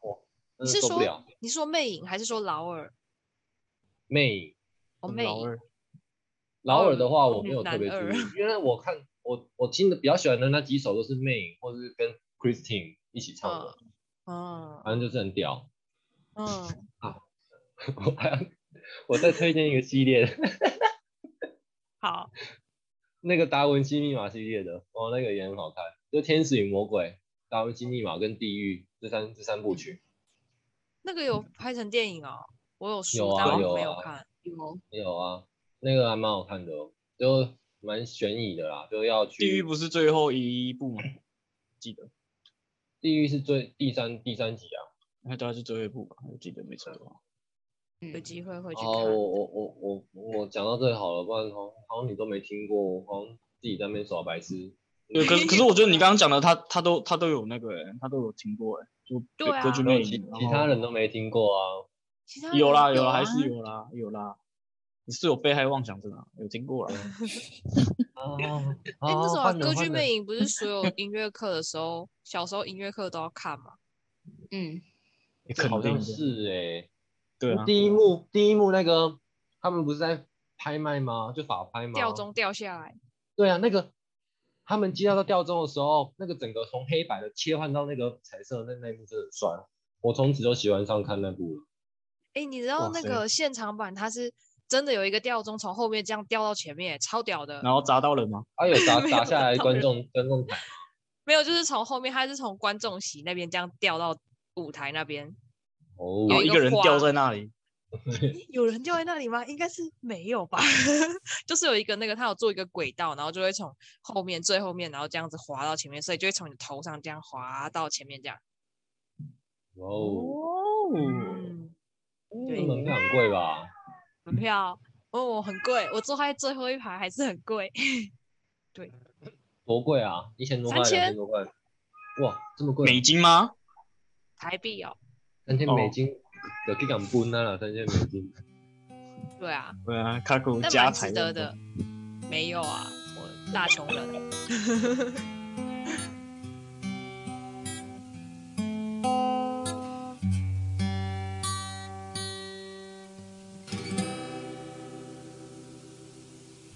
[SPEAKER 5] 我
[SPEAKER 1] 你
[SPEAKER 5] 真
[SPEAKER 1] 是
[SPEAKER 5] 的受
[SPEAKER 1] 说
[SPEAKER 5] 不了。
[SPEAKER 1] 你说魅影还是说劳尔？
[SPEAKER 5] 妹，
[SPEAKER 1] 哦，
[SPEAKER 3] 我
[SPEAKER 5] 嗯
[SPEAKER 3] 们
[SPEAKER 1] 魅
[SPEAKER 3] 老
[SPEAKER 1] 影
[SPEAKER 3] 二，
[SPEAKER 5] 劳尔的话
[SPEAKER 1] 哦
[SPEAKER 5] 我没有特别注
[SPEAKER 1] 男
[SPEAKER 3] 啊
[SPEAKER 5] 意，因为我看我我听的比较喜欢的那几首都是妹，或是跟 Christine 一起唱的，
[SPEAKER 1] 嗯
[SPEAKER 5] 反正就是很屌。
[SPEAKER 1] 嗯，
[SPEAKER 5] 我还要我再推荐一个系列，
[SPEAKER 1] 好，
[SPEAKER 5] 那个达文西密码系列的，哦，那个也很好看，就《天使与魔鬼》、《达文西密码》跟《地狱》这三这三部曲，
[SPEAKER 1] 那个有拍成电影哦，我有书，
[SPEAKER 5] 有
[SPEAKER 1] 但
[SPEAKER 5] 啊
[SPEAKER 1] 我
[SPEAKER 5] 有
[SPEAKER 1] 没有
[SPEAKER 5] 啊
[SPEAKER 1] 看。
[SPEAKER 3] 嗯
[SPEAKER 4] 有
[SPEAKER 5] 有啊，那个还蛮好看的、哦，就蛮悬疑的啦，就要去
[SPEAKER 3] 地狱不是最后一部吗？记得，
[SPEAKER 5] 地狱是最第三第三集啊。
[SPEAKER 3] 那大概是最后一部吧，我记得没错的话。
[SPEAKER 1] 有机会会去看。
[SPEAKER 5] 哦，我我我我我讲到这里好了，不然好像好像你都没听过，我好像自己在那边耍白痴。
[SPEAKER 3] 对，可是可是我觉得你刚刚讲的，他他都他都有那个欸，他都有听过哎，就
[SPEAKER 1] 对啊
[SPEAKER 3] 歌剧
[SPEAKER 5] 没
[SPEAKER 3] 魅
[SPEAKER 5] 有其
[SPEAKER 3] 影，
[SPEAKER 5] 其他人都没听 过啊。
[SPEAKER 1] 其他
[SPEAKER 3] 有
[SPEAKER 1] 人
[SPEAKER 3] 啦
[SPEAKER 2] 有
[SPEAKER 3] 有啦，还
[SPEAKER 2] 啊
[SPEAKER 3] 是有啦有啦。你是有被害妄想症啊？有听过啦。
[SPEAKER 5] 啊，
[SPEAKER 1] 哎、那时候、啊、歌剧魅
[SPEAKER 5] 影
[SPEAKER 1] 影不是所有音乐课的时候，小时候音乐课都要看 嘛？
[SPEAKER 4] 嗯，
[SPEAKER 3] 肯
[SPEAKER 5] 好像
[SPEAKER 3] 定的
[SPEAKER 5] 是哎、
[SPEAKER 3] 对啊，
[SPEAKER 5] 第一幕第一幕那个他们不是在拍卖吗？就法拍吗？
[SPEAKER 1] 掉中掉下来，
[SPEAKER 5] 对啊，那个他们接到到吊钟的时候，那个整个从黑白的切换到那个彩色的那那一幕真的很帅啊，我从此就喜欢上看那部了。
[SPEAKER 1] 哎、你知道
[SPEAKER 5] 哇
[SPEAKER 1] 那
[SPEAKER 5] 塞
[SPEAKER 1] 个现场版它是真的有一个吊钟从后面这样掉到前面，超屌的。
[SPEAKER 3] 然后砸到人吗？
[SPEAKER 5] 啊，有 砸
[SPEAKER 1] 没有
[SPEAKER 5] 砸下来
[SPEAKER 1] 到
[SPEAKER 5] 观
[SPEAKER 1] 人
[SPEAKER 5] 众观众台，
[SPEAKER 1] 没有，就是从后面，它是从观众席那边这样掉到舞台那边。
[SPEAKER 5] 哦，
[SPEAKER 1] 有
[SPEAKER 3] 然后
[SPEAKER 1] 一
[SPEAKER 3] 一
[SPEAKER 1] 个
[SPEAKER 3] 个人掉
[SPEAKER 1] 花
[SPEAKER 3] 在那里，
[SPEAKER 1] 诶有人掉在那里吗？应该是没有吧。 就是有一个那个，他有做一个轨道，然后就会从后面最后面，然后这样子滑到前面，所以就会从你头上这样滑到前面这样。
[SPEAKER 5] 哇哦，
[SPEAKER 1] 嗯，
[SPEAKER 5] 这
[SPEAKER 1] 对，
[SPEAKER 5] 门票很贵吧？
[SPEAKER 1] 门票哦很贵，我坐在最后一排还是很贵。
[SPEAKER 5] 多贵啊？一千多块，
[SPEAKER 1] 三千
[SPEAKER 5] 两千多块，哇，这么贵啊，
[SPEAKER 3] 美金吗？
[SPEAKER 1] 台币哦，
[SPEAKER 5] 三千美金，有去港分啊啦，三千美金。
[SPEAKER 1] 对啊，
[SPEAKER 3] 对啊，卡古
[SPEAKER 1] 但
[SPEAKER 3] 家
[SPEAKER 1] 蛮
[SPEAKER 3] 财
[SPEAKER 1] 值
[SPEAKER 3] 万
[SPEAKER 1] 得
[SPEAKER 3] 贯
[SPEAKER 1] 的。没有啊，我大穷人。